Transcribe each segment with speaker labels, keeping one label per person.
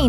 Speaker 1: 迎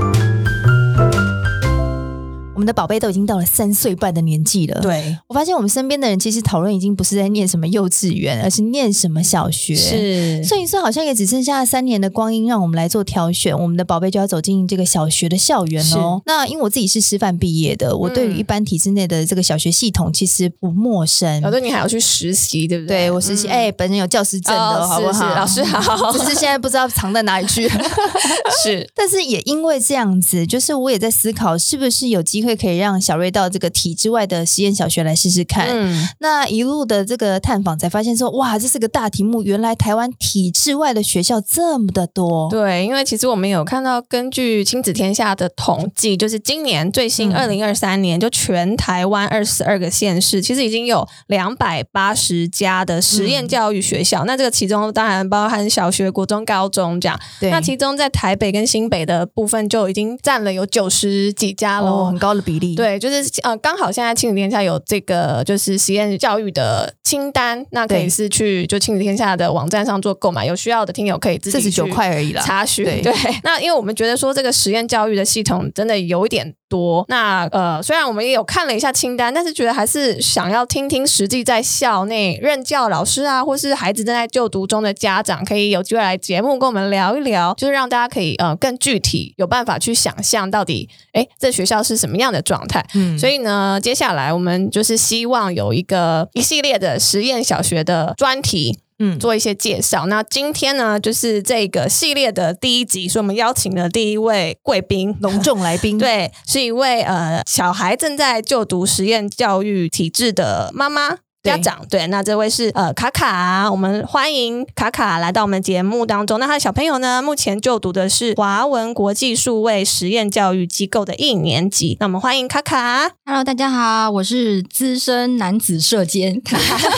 Speaker 1: 我们的宝贝都已经到了三岁半的年纪了。，
Speaker 2: 对，
Speaker 1: 我发现我们身边的人其实讨论已经不是在念什么幼稚园，而是念什么小学。，
Speaker 2: 是
Speaker 1: 所以说好像也只剩下三年的光阴，让我们来做挑选。我们的宝贝就要走进这个小学的校园哦。那因为我自己是师范毕业的，我对于
Speaker 2: 嗯
Speaker 1: 一般体制内的这个小学系统其实不陌生。
Speaker 2: 有的你还要去实习，对不对？
Speaker 1: 对我实习，
Speaker 2: 哦嗯
Speaker 1: 哎、本人有教师证的，
Speaker 2: 哦
Speaker 1: 好不好？
Speaker 2: 是 是老师好
Speaker 1: 只是现在不知道藏在哪里去。
Speaker 2: 是
Speaker 1: 但是也因为这样子，就是我也在思考，是不是有机会可以让小瑞到这个体制外的实验小学来试试看。
Speaker 2: 嗯，
Speaker 1: 那一路的这个探访，才发现说，哇，这是个大题目。原来台湾体制外的学校这么的多，
Speaker 2: 对，因为其实我们有看到，根据亲子天下的统计，就是今年最新
Speaker 1: 嗯
Speaker 2: 二零二三年，就全台湾二十二个县市，其实已经有两百八十家的实验
Speaker 1: 嗯
Speaker 2: 教育学校。那这个其中当然包含小学、国中、高中这样。
Speaker 1: 对
Speaker 2: 那其中在台北跟新北的部分，就已经占了有九十几家喽。
Speaker 1: 哦，很高的比例。，
Speaker 2: 对，就是呃，刚好现在亲子天下有这个就是实验教育的清单，那可以
Speaker 1: 对
Speaker 2: 是去就亲子天下的网站上做购买，有需要的听友可以自己
Speaker 1: 四十九
Speaker 2: 去
Speaker 1: 块而已啦。
Speaker 2: 查询。
Speaker 1: 对
Speaker 2: 对 那因为我们觉得说这个实验教育的系统真的有一点多，那呃，虽然我们也有看了一下清单，但是觉得还是想要听听实际在校内任教老师啊，或是孩子正在就读中的家长，可以有机会来节目跟我们聊一聊，就是让大家可以呃更具体有办法去想象到底，哎，这学校是什么样的状态。
Speaker 1: 嗯
Speaker 2: 所
Speaker 1: 以
Speaker 2: 以呢，接下来我们就是希望有一个一系列的实验小学的专题，
Speaker 1: 嗯
Speaker 2: 做一些介绍。那今天呢，就是这个系列的第一集，所以我们邀请了第一位贵 宾，
Speaker 1: 隆重来
Speaker 3: 嗯
Speaker 1: 宾，，
Speaker 2: 对，是一位呃小孩正在就读实验教育体制的妈妈。
Speaker 1: 对
Speaker 2: 家长对，那这位是呃卡卡，我们欢迎卡卡来到我们节目当中。那他的小朋友呢，目前就读的是华文国际数位实验教育机构的一年级。那我们欢迎卡啊 卡。
Speaker 3: Hello，大家好，我是资深男子射箭，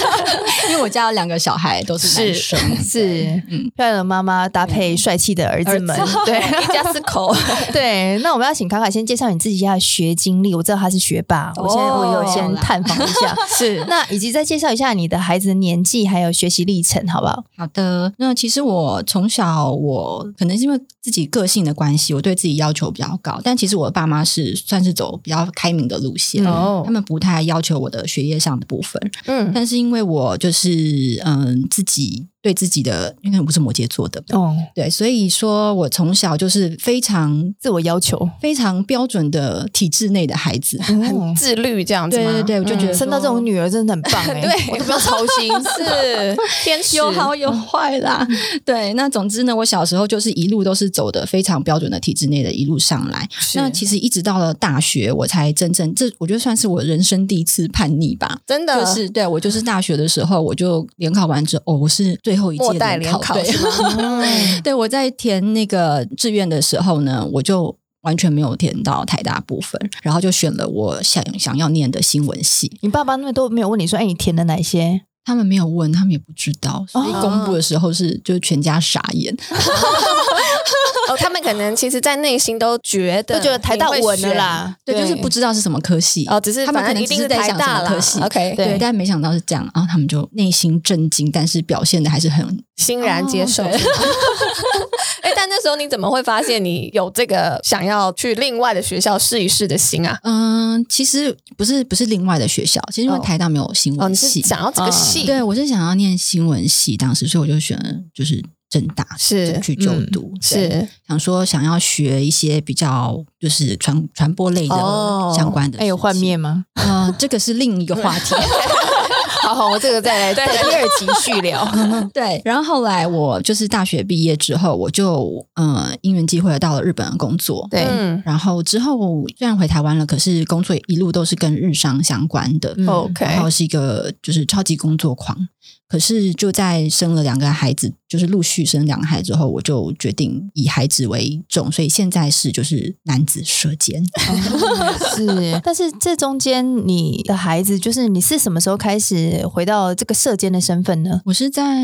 Speaker 3: 因为我家有两个小孩都是男生，
Speaker 1: 是
Speaker 3: 嗯
Speaker 1: 漂亮的妈妈搭配帅气的儿子们，
Speaker 2: 对，一家四口，
Speaker 1: 对，那我们要请卡卡先介绍你自己家的学经历。我知道他是学霸，我现在我也有先探访一 下。
Speaker 2: 是
Speaker 1: 那以及再介绍一下你的孩子的年纪还有学习历程，好不好？
Speaker 3: 好的，那其实我从小我可能是因为自己个性的关系，我对自己要求比较高，但其实我的爸妈是算是走比较开明的路
Speaker 1: 嗯
Speaker 3: 线，
Speaker 2: 哦
Speaker 3: 他们不太要求我的学业上的部分，
Speaker 2: 嗯，
Speaker 3: 但是因为我就是嗯自己对自己的，因为我是摩羯座的。
Speaker 1: 哦，
Speaker 3: 对，所以说我从小就是非常
Speaker 1: 自我要求，
Speaker 3: 非常标准的体制内的孩子，
Speaker 1: 很
Speaker 2: 自律这样子
Speaker 3: 对
Speaker 2: 吗？嗯
Speaker 3: 对对，我就觉得
Speaker 1: 哦嗯生到这种
Speaker 3: 女
Speaker 1: 女儿真的很棒 哎、
Speaker 2: 对
Speaker 1: 我都不用操心，
Speaker 2: 是嗯天使
Speaker 3: 有好有坏啦。对，那总之呢，我小时候就是一路都是走的非常标准的体制内的，一路上来。那 其实一直到了大学，我才真正这，我觉得算是我人生第一次叛逆吧。
Speaker 2: 真的
Speaker 3: 就是对我就是大学的时候，我就联考完之后，哦我是最后一届
Speaker 2: 末代联
Speaker 3: 联
Speaker 2: 考
Speaker 3: 对
Speaker 2: 是吗
Speaker 1: 嗯
Speaker 3: 对，我在填那个志愿的时候呢，我就完全没有填到台大部分，然后就选了我想想要念的新闻系。
Speaker 1: 你爸爸那边都没有问你说，哎、你填了哪些？
Speaker 3: 他们没有问，他们也不知道，所以
Speaker 1: 哦
Speaker 3: 公布的时候是、就是全家傻眼。
Speaker 2: 哦，他们可能其实，在内心都觉得
Speaker 1: 都觉得台大稳了啦，
Speaker 3: 对，就是不知道是什么科系
Speaker 2: 哦，只是
Speaker 3: 他们
Speaker 2: 反
Speaker 3: 可
Speaker 2: 正
Speaker 3: 能
Speaker 2: 一
Speaker 3: 只
Speaker 2: 定
Speaker 3: 是在
Speaker 2: 台
Speaker 3: 想
Speaker 2: 大
Speaker 3: 什么
Speaker 2: 啦
Speaker 3: 科系。
Speaker 2: ，OK，
Speaker 1: 对
Speaker 3: 对，但没想到是这样，然后他们就内心震惊，但是表现的还是很哦
Speaker 2: 欣
Speaker 1: 哦
Speaker 2: 然接受。 哎、但那时候你怎么会发现你有这个想要去另外的学校试一试的心啊？
Speaker 3: 嗯、其实不是不是另外的学校，其实因为
Speaker 2: 哦
Speaker 3: 台大没有新
Speaker 2: 哦，
Speaker 3: 闻
Speaker 2: 你是
Speaker 3: 系，
Speaker 2: 想要这个
Speaker 1: 嗯
Speaker 2: 系？
Speaker 3: 对我是想要念新闻系，当时所以我就选了就是正大
Speaker 2: 是
Speaker 3: 去就
Speaker 1: 嗯
Speaker 3: 读，对
Speaker 2: 是
Speaker 3: 想说想要学一些比较就是传传播类的
Speaker 2: 哦
Speaker 3: 相关的，
Speaker 1: 哎、有幻灭，吗？
Speaker 3: 呃，这个是另一个 话题。
Speaker 1: 好好，我这个再来
Speaker 2: 对
Speaker 1: 在第二集续 聊。
Speaker 3: 对， 然后后来我就是大学毕业之后，我就呃因缘际会地到了日本工作。
Speaker 1: 对
Speaker 2: 嗯
Speaker 3: 然后之后虽然回台湾了，可是工作一路都是跟日商相关的。
Speaker 1: 嗯
Speaker 2: ，OK，
Speaker 3: 然后是一个就是超级工作狂，可是就在生了两个孩子，就是陆续生两个孩子之后，我就决定以孩子为重，所以现在是就是男子射箭。
Speaker 1: 是， 但是这中间你的孩子，就是你是什么时候开始回到这个射箭的身份呢？
Speaker 3: 我是在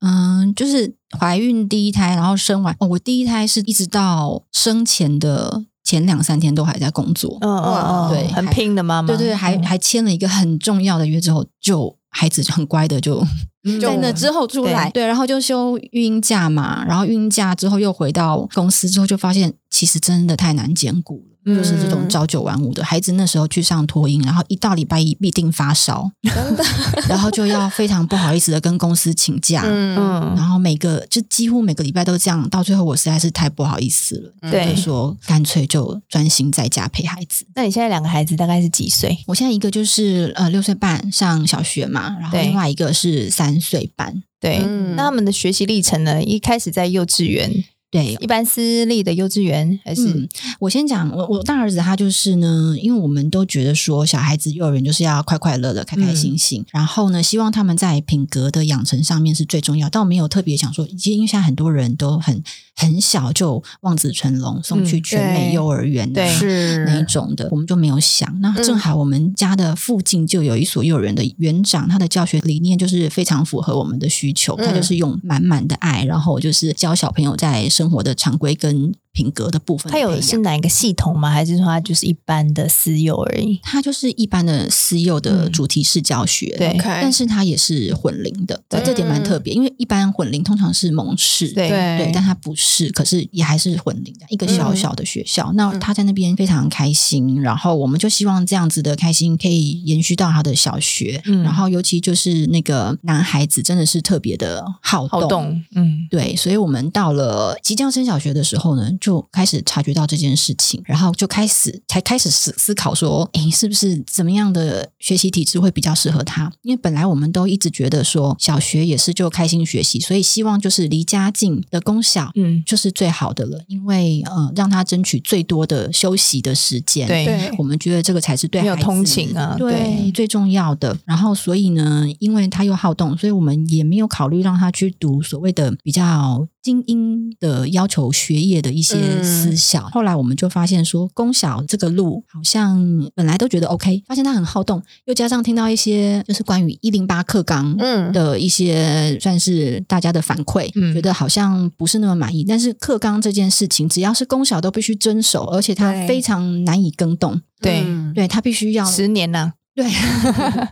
Speaker 3: 嗯，就是怀孕第一胎，然后生完哦，我第一胎是一直到生前的前两三天都还在工作，
Speaker 1: 嗯嗯嗯，
Speaker 3: 对
Speaker 1: 很拼的妈妈，嗯
Speaker 3: 对对，还还签了一个很重要的约之后，就孩子就很乖的就
Speaker 1: 嗯
Speaker 2: 就
Speaker 3: 在那之后出来，对，然后就休孕假嘛，然后孕假之后又回到公司之后，就发现其实真的太难兼顾了。
Speaker 1: 嗯
Speaker 3: 就是这种朝九晚五的孩子，那时候去上托婴，然后一到礼拜一必定发烧，
Speaker 2: 真的，
Speaker 3: 然后就要非常不好意思的跟公司请假，
Speaker 2: 嗯，
Speaker 1: 嗯，
Speaker 3: 然后每个就几乎每个礼拜都这样，到最后我实在是太不好意思了，
Speaker 1: 对
Speaker 2: 嗯
Speaker 3: 就说干脆就专心在家陪孩子。
Speaker 1: 那你现在两个孩子大概是几岁？
Speaker 3: 我现在一个就是呃六岁半上小学嘛，然后
Speaker 1: 对
Speaker 3: 另外一个是三岁半。
Speaker 1: 对，
Speaker 2: 嗯
Speaker 1: 那他们的学习历程呢？一开始在幼稚园，
Speaker 3: 对，
Speaker 1: 一般私立的幼稚园还是、
Speaker 3: 嗯，我先讲我我大儿子他就是呢，因为我们都觉得说小孩子幼儿园就是要快快乐乐、开开心心，
Speaker 2: 嗯
Speaker 3: 然后呢，希望他们在品格的养成上面是最重要，倒没有特别想说，其实因为现在很多人都很很小就望子成龙，送去
Speaker 1: 嗯
Speaker 3: 全美
Speaker 2: 对
Speaker 3: 幼儿园、啊
Speaker 1: 对
Speaker 2: 是
Speaker 3: 那一种的，我们就没有想。那正好我们家的附近就有一所幼儿园的园长，他的教学理念就是非常符合我们的需求，
Speaker 2: 嗯
Speaker 3: 他就是用满满的爱，然后就是教小朋友在生活的常规跟品格的部分
Speaker 1: 他
Speaker 3: 的培养。
Speaker 1: 有是哪一个系统吗？还是说他就是一般的私幼而已？
Speaker 3: 它就是一般的私幼的
Speaker 1: 嗯
Speaker 3: 主题式教学，
Speaker 1: 对
Speaker 2: OK
Speaker 3: 但是它也是混龄的，
Speaker 1: 对嗯
Speaker 3: 这点蛮特别，因为一般混龄通常是蒙氏，
Speaker 1: 对
Speaker 3: 对，但他不是，可是也还是混龄的一个小
Speaker 1: 嗯
Speaker 3: 小的学校。那他在那边非常开心，然后我们就希望这样子的开心可以延续到他的小学。
Speaker 1: 嗯
Speaker 3: 然后尤其就是那个男孩子真的是特别的好动。
Speaker 1: 好动，嗯，
Speaker 3: 对，所以我们到了即将升小学的时候呢，就开始察觉到这件事情，然后就开始才开始思思考说，诶，是不是怎么样的学习体制会比较适合他？因为本来我们都一直觉得说，小学也是就开心学习，所以希望就是离家近的公小。
Speaker 1: 嗯，
Speaker 3: 就是最好的了，因为呃，让他争取最多的休息的时间。
Speaker 1: 对
Speaker 2: 对
Speaker 3: 我们觉得这个才是对
Speaker 1: 没有
Speaker 3: 孩子
Speaker 1: 通勤啊
Speaker 3: 对
Speaker 1: 对
Speaker 3: 最重要的。然后所以呢，因为他又好动，所以我们也没有考虑让他去读所谓的比较精英的要求学业的一些
Speaker 2: 嗯
Speaker 3: 私校。后来我们就发现说，公小这个路好像本来都觉得 OK，发现他很好动，又加上听到一些就是关于一零八课纲。
Speaker 2: 嗯，
Speaker 3: 的一些算是大家的反馈，
Speaker 1: 嗯
Speaker 3: 觉得好像不是那么满意。但是课纲这件事情，只要是公小都必须遵守，而且它
Speaker 2: 对
Speaker 3: 非常难以更动。
Speaker 1: 对
Speaker 2: 嗯，
Speaker 3: 对他必须要
Speaker 1: 十年呐、
Speaker 3: 对，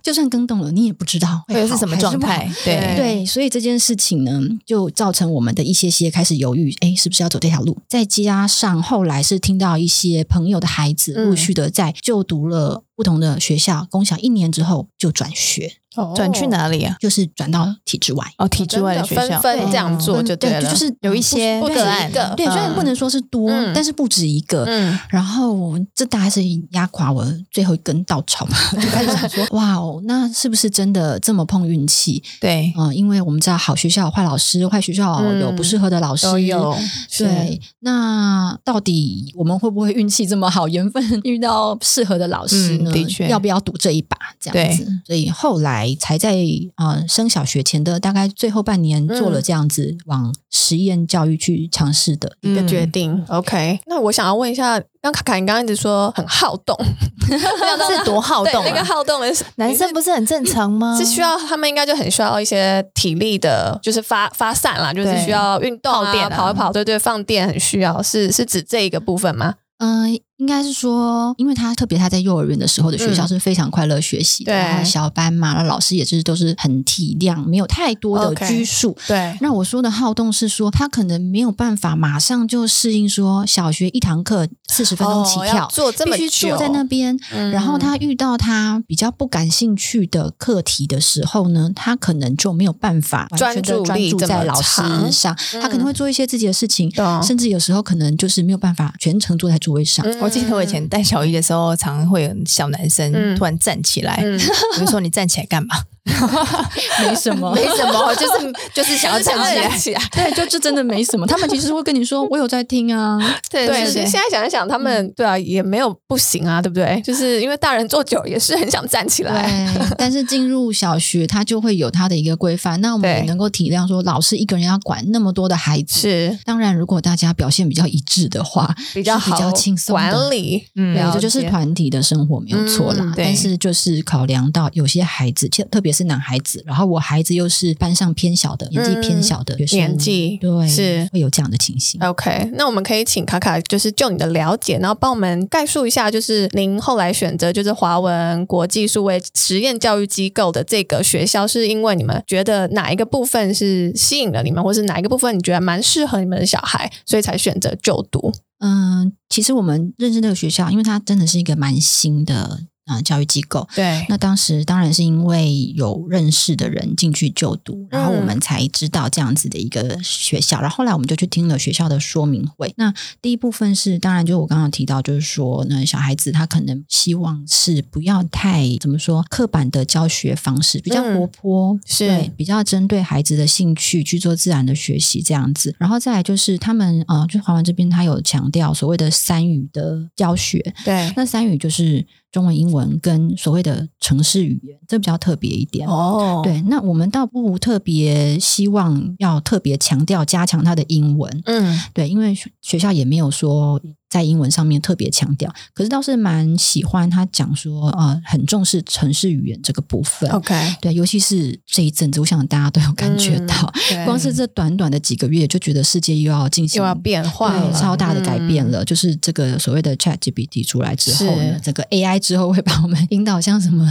Speaker 3: 就算更动了，你也不知道哎
Speaker 1: 会是什么状。
Speaker 3: 好还
Speaker 1: 态哎
Speaker 3: 不好？
Speaker 1: 对，
Speaker 3: 对，所以这件事情呢，就造成我们的一些些开始犹豫，哎，是不是要走这条路？再加上后来是听到一些朋友的孩子
Speaker 2: 嗯
Speaker 3: 陆续的在就读了不同的学校，公小一年之后就转学，
Speaker 1: 转
Speaker 2: 哦
Speaker 1: 去哪里啊？
Speaker 3: 就是转到体制外。
Speaker 1: 哦，体制外
Speaker 2: 真的
Speaker 1: 学
Speaker 2: 纷
Speaker 1: 校
Speaker 2: 纷
Speaker 1: 嗯
Speaker 2: 这样做就
Speaker 3: 对
Speaker 2: 对了
Speaker 3: 就是
Speaker 1: 有一些
Speaker 3: 不
Speaker 2: 不止
Speaker 1: 个案
Speaker 2: 一个，
Speaker 3: 对，虽然
Speaker 1: 嗯
Speaker 3: 不能说是多，
Speaker 2: 嗯
Speaker 3: 但是不止一个。
Speaker 2: 嗯，
Speaker 3: 然后这大概是压垮我最后一根稻草吧， 就开始想说，哇哦，那是不是真的这么碰运气？
Speaker 1: 对，
Speaker 3: 嗯、因为我们知道好学校有坏老师，坏学校有不适合的老
Speaker 2: 嗯
Speaker 3: 师。
Speaker 2: 都有，
Speaker 3: 对，那到底我们会不会运气这么好，缘分 遇到适合的老师呢？
Speaker 1: 嗯的确
Speaker 3: 要不要赌这一把？这样子，所以后来才在呃升小学前的大概最后半年
Speaker 2: 嗯
Speaker 3: 做了这样子、往实验教育去尝试的。
Speaker 2: 一个决
Speaker 1: 嗯
Speaker 2: 定。OK，那我想要问一下，刚卡卡你刚刚一直说很好动，
Speaker 1: 是多好
Speaker 2: 对
Speaker 1: 动
Speaker 2: 那个
Speaker 1: 啊！
Speaker 2: 好动的是
Speaker 1: 男生不是很正常吗？
Speaker 2: 是需要他们应该就很需要一些体力的，就是发发散啦，就是
Speaker 1: 对
Speaker 2: 需要运动
Speaker 1: 耗
Speaker 2: 啊，
Speaker 1: 电啊
Speaker 2: 跑一跑，对对，放电很需要，是是指这一个部分吗？
Speaker 3: 嗯、应该是说，因为他特别他在幼儿园的时候的学校
Speaker 2: 嗯
Speaker 3: 是非常快乐学习的，
Speaker 2: 对
Speaker 3: 然后小班嘛，然后老师也是都是很体谅，没有太多的
Speaker 2: OK
Speaker 3: 拘束。
Speaker 2: 对，
Speaker 3: 那我说的好动是说，他可能没有办法马上就适应说小学一堂课四十分钟起
Speaker 2: 哦
Speaker 3: 跳，
Speaker 2: 要做这么
Speaker 3: 必须坐在那
Speaker 2: 久，
Speaker 3: 边。
Speaker 2: 嗯
Speaker 3: 然后他遇到他比较不感兴趣的课题的时候呢，他可能就没有办法完全的
Speaker 2: 专注
Speaker 3: 专
Speaker 2: 力
Speaker 3: 注
Speaker 2: 这么
Speaker 3: 在老师
Speaker 2: 长嗯
Speaker 3: 上，他可能会做一些自己的事情，
Speaker 2: 懂
Speaker 3: 甚至有时候可能就是没有办法全程坐在座位上。
Speaker 2: 嗯
Speaker 1: 我记得我以前带小一的时候，常常会有小男生
Speaker 2: 嗯
Speaker 1: 突然站起来，
Speaker 2: 嗯
Speaker 1: 我就说你站起来干嘛？
Speaker 3: 没什么
Speaker 1: 没什 么，就是就是想要站起来。
Speaker 2: 起来，
Speaker 3: 对，就这真的没什么。他们其实会跟 你说：“我有在听啊。
Speaker 2: 对
Speaker 1: 对对
Speaker 2: 对，现在想一想，他们对啊，也没有不行啊，对不对？就是因为大人坐久也是很想站起”来，
Speaker 3: 对，但是进入小学，他就会有他的一个规范。那我们也
Speaker 2: 对
Speaker 3: 能够体谅说，老师一个人要管那么多的孩子。
Speaker 2: 是
Speaker 3: 当然，如果大家表现比较一致的话，
Speaker 2: 比较
Speaker 3: 是比
Speaker 2: 好
Speaker 3: 较轻松的
Speaker 2: 管理，
Speaker 1: 嗯
Speaker 3: 对啊
Speaker 2: 了，
Speaker 3: 这就是
Speaker 2: 解
Speaker 3: 团体的生活没有错啦。
Speaker 2: 嗯
Speaker 1: 对
Speaker 3: 但是就是考量到有些孩子，其特别是男孩子，然后我孩子又是班上偏小的，年纪偏小的学生，
Speaker 2: 嗯年纪
Speaker 3: 对
Speaker 2: 是呃
Speaker 3: 会有这样的情形。
Speaker 2: OK，那我们可以请卡卡，就是就你的了解，然后帮我们概述一下，就是您后来选择就是华文国际数位实验教育机构的这个学校，是因为你们觉得哪一个部分是吸引了你们，或是哪一个部分你觉得蛮适合你们的小孩，所以才选择就读？
Speaker 3: 嗯，其实我们认识这个学校，因为它真的是一个蛮新的啊、呃教育机构。
Speaker 2: 对
Speaker 3: 那当时当然是因为有认识的人进去就读，然后
Speaker 2: 嗯
Speaker 3: 我们才知道这样子的一个学校。然后后来我们就去听了学校的说明会。那第一部分是，当然就我刚刚有提到，就是说，那小孩子他可能希望是不要太怎么说刻板的教学方式，比较
Speaker 2: 嗯
Speaker 3: 活泼，
Speaker 2: 是
Speaker 3: 对比较针对孩子的兴趣去做自然的学习这样子。然后再来就是他们呃，就华文这边他有强调所谓的三语的教学，
Speaker 2: 对，
Speaker 3: 那三语就是中文、英文跟所谓的城市语言，这比较特别一点。
Speaker 2: 哦，
Speaker 3: 对，那我们倒不特别希望要特别强调加强他的英文，
Speaker 2: 嗯，
Speaker 3: 对，因为学学校也没有说在英文上面特别强调，可是倒是蛮喜欢他讲说，呃，很重视城市语言这个部分。
Speaker 2: ，OK，
Speaker 3: 对，尤其是这一阵子，我想大家都有感觉
Speaker 2: 嗯
Speaker 3: 到，
Speaker 2: 对
Speaker 3: 光是这短短的几个月，就觉得世界又要进行
Speaker 2: 又要变化
Speaker 3: 对，
Speaker 2: 了，
Speaker 3: 超大的改变
Speaker 2: 嗯
Speaker 3: 了。就是这个所谓的 Chat GPT 出来之后呢
Speaker 2: 是，
Speaker 3: 这个 AI 之后会把我们引导向什么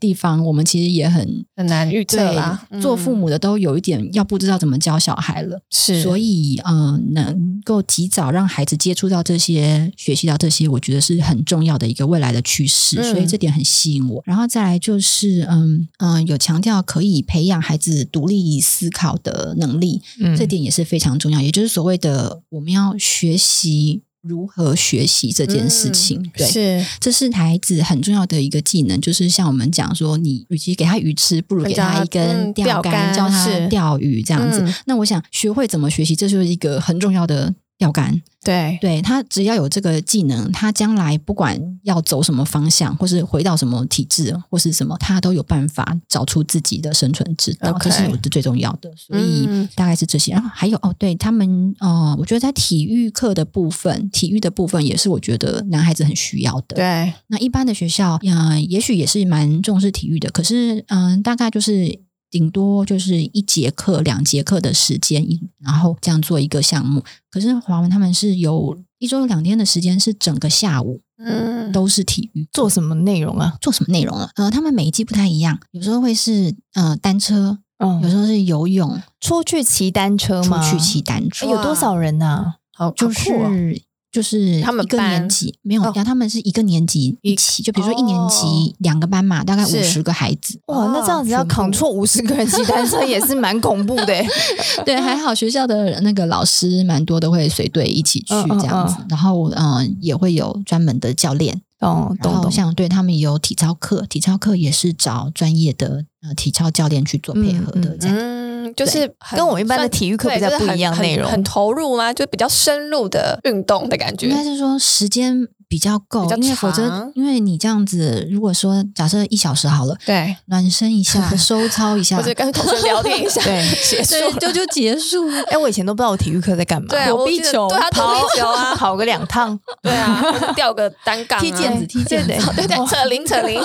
Speaker 3: 地方？我们其实也很
Speaker 2: 很难预测啦。
Speaker 3: 对，
Speaker 2: 嗯
Speaker 3: 做父母的都有一点要不知道怎么教小孩了。
Speaker 2: 是，
Speaker 3: 所以，嗯、能够及早让孩子接触到这些、学习到这些，我觉得是很重要的一个未来的趋势。
Speaker 2: 嗯
Speaker 3: 所以这点很吸引我。然后再来就是，嗯嗯、呃有强调可以培养孩子独立思考的能力，
Speaker 1: 嗯
Speaker 3: 这点也是非常重要。也就是所谓的我们要学习如何学习这件事情，
Speaker 2: 嗯
Speaker 3: 对。
Speaker 2: 是
Speaker 3: 这是孩子很重要的一个技能，就是像我们讲说，你与其给他鱼吃，不如给他一根
Speaker 2: 给他
Speaker 3: 钓
Speaker 2: 嗯钓竿
Speaker 3: 竿，教他
Speaker 2: 是
Speaker 3: 钓鱼这样子。
Speaker 2: 嗯
Speaker 3: 那我想学会怎么学习，这就是一个很重要的钓竿。
Speaker 2: 对
Speaker 3: 对他只要有这个技能，他将来不管要走什么方向，或是回到什么体制，或是什么，他都有办法找出自己的生存之道。
Speaker 2: OK
Speaker 3: 这是我的最重要的，所以
Speaker 2: 嗯
Speaker 3: 大概是这些。然后还有哦，对他们呃，我觉得在体育课的部分，体育的部分也是我觉得男孩子很需要的。
Speaker 2: 对，
Speaker 3: 那一般的学校，嗯、也许也是蛮重视体育的，可是，嗯、大概就是顶多就是一节课、两节课的时间，一然后这样做一个项目。可是华文他们是有一周有两天的时间，是整个下午
Speaker 2: 嗯，
Speaker 3: 都是体育。
Speaker 1: 做什么内容啊？
Speaker 3: 做什么内容了？呃，他们每一季不太一样，有时候会是呃单车，有
Speaker 1: 嗯，
Speaker 3: 时候是游泳，
Speaker 1: 出去骑单车
Speaker 3: 出
Speaker 1: 吗？
Speaker 3: 去骑单
Speaker 1: 哎
Speaker 3: 车，
Speaker 1: 有多少人啊呐？
Speaker 2: 好
Speaker 3: 就
Speaker 2: 好酷哦
Speaker 3: 是就是
Speaker 2: 他们
Speaker 3: 一个年
Speaker 2: 班
Speaker 3: 级没有
Speaker 2: 哦，
Speaker 3: 然后他们是一个年级一起，就比如说一年
Speaker 2: 哦
Speaker 3: 级两个班嘛，大概
Speaker 2: 是
Speaker 3: 五十个孩子。
Speaker 1: 哇，那这样子要
Speaker 3: 全
Speaker 1: 扛
Speaker 3: 部
Speaker 1: 错五十个人骑单车也是蛮恐怖的欸。
Speaker 3: 对，还好学校的那个老师蛮多都会随队一起去
Speaker 1: 嗯嗯
Speaker 3: 这样子，然后嗯、呃也会有专门的教练，
Speaker 1: 懂
Speaker 3: 然
Speaker 1: 懂
Speaker 3: 后
Speaker 1: 懂。
Speaker 3: 像对他们也有体操课，体操课也是找专业的呃体操教练去做配合的
Speaker 1: 嗯
Speaker 3: 这样。
Speaker 2: 嗯，就是很
Speaker 1: 跟我一般的
Speaker 2: 算
Speaker 1: 体育课
Speaker 2: 对
Speaker 1: 比较
Speaker 2: 就
Speaker 1: 不
Speaker 2: 是
Speaker 1: 一
Speaker 2: 很
Speaker 1: 样
Speaker 2: 很
Speaker 1: 内容
Speaker 2: 很投入吗？就比较深入的运动的感觉
Speaker 3: 应。该是说时间比较够，
Speaker 2: 比较
Speaker 3: 因为否则
Speaker 2: 长，
Speaker 3: 因为你这样子，如果说假设一小时好了，
Speaker 2: 对，
Speaker 3: 暖身一下，收操一下
Speaker 2: 或，者跟同学聊天 一下，
Speaker 1: 对
Speaker 2: 结束
Speaker 3: 对，
Speaker 2: 了。
Speaker 3: 就就 结束了。
Speaker 1: 哎，我以前都不知道我体育课在干嘛。
Speaker 2: 对啊
Speaker 1: 躲
Speaker 2: 我
Speaker 1: 避
Speaker 2: 记得
Speaker 1: 球，
Speaker 2: 对啊躲避
Speaker 1: 跑
Speaker 2: 球啊
Speaker 1: 跑个两趟，
Speaker 2: 对啊，或者吊个单杠 啊，
Speaker 1: 踢毽子，踢哦毽子。
Speaker 2: 对对，扯铃扯铃。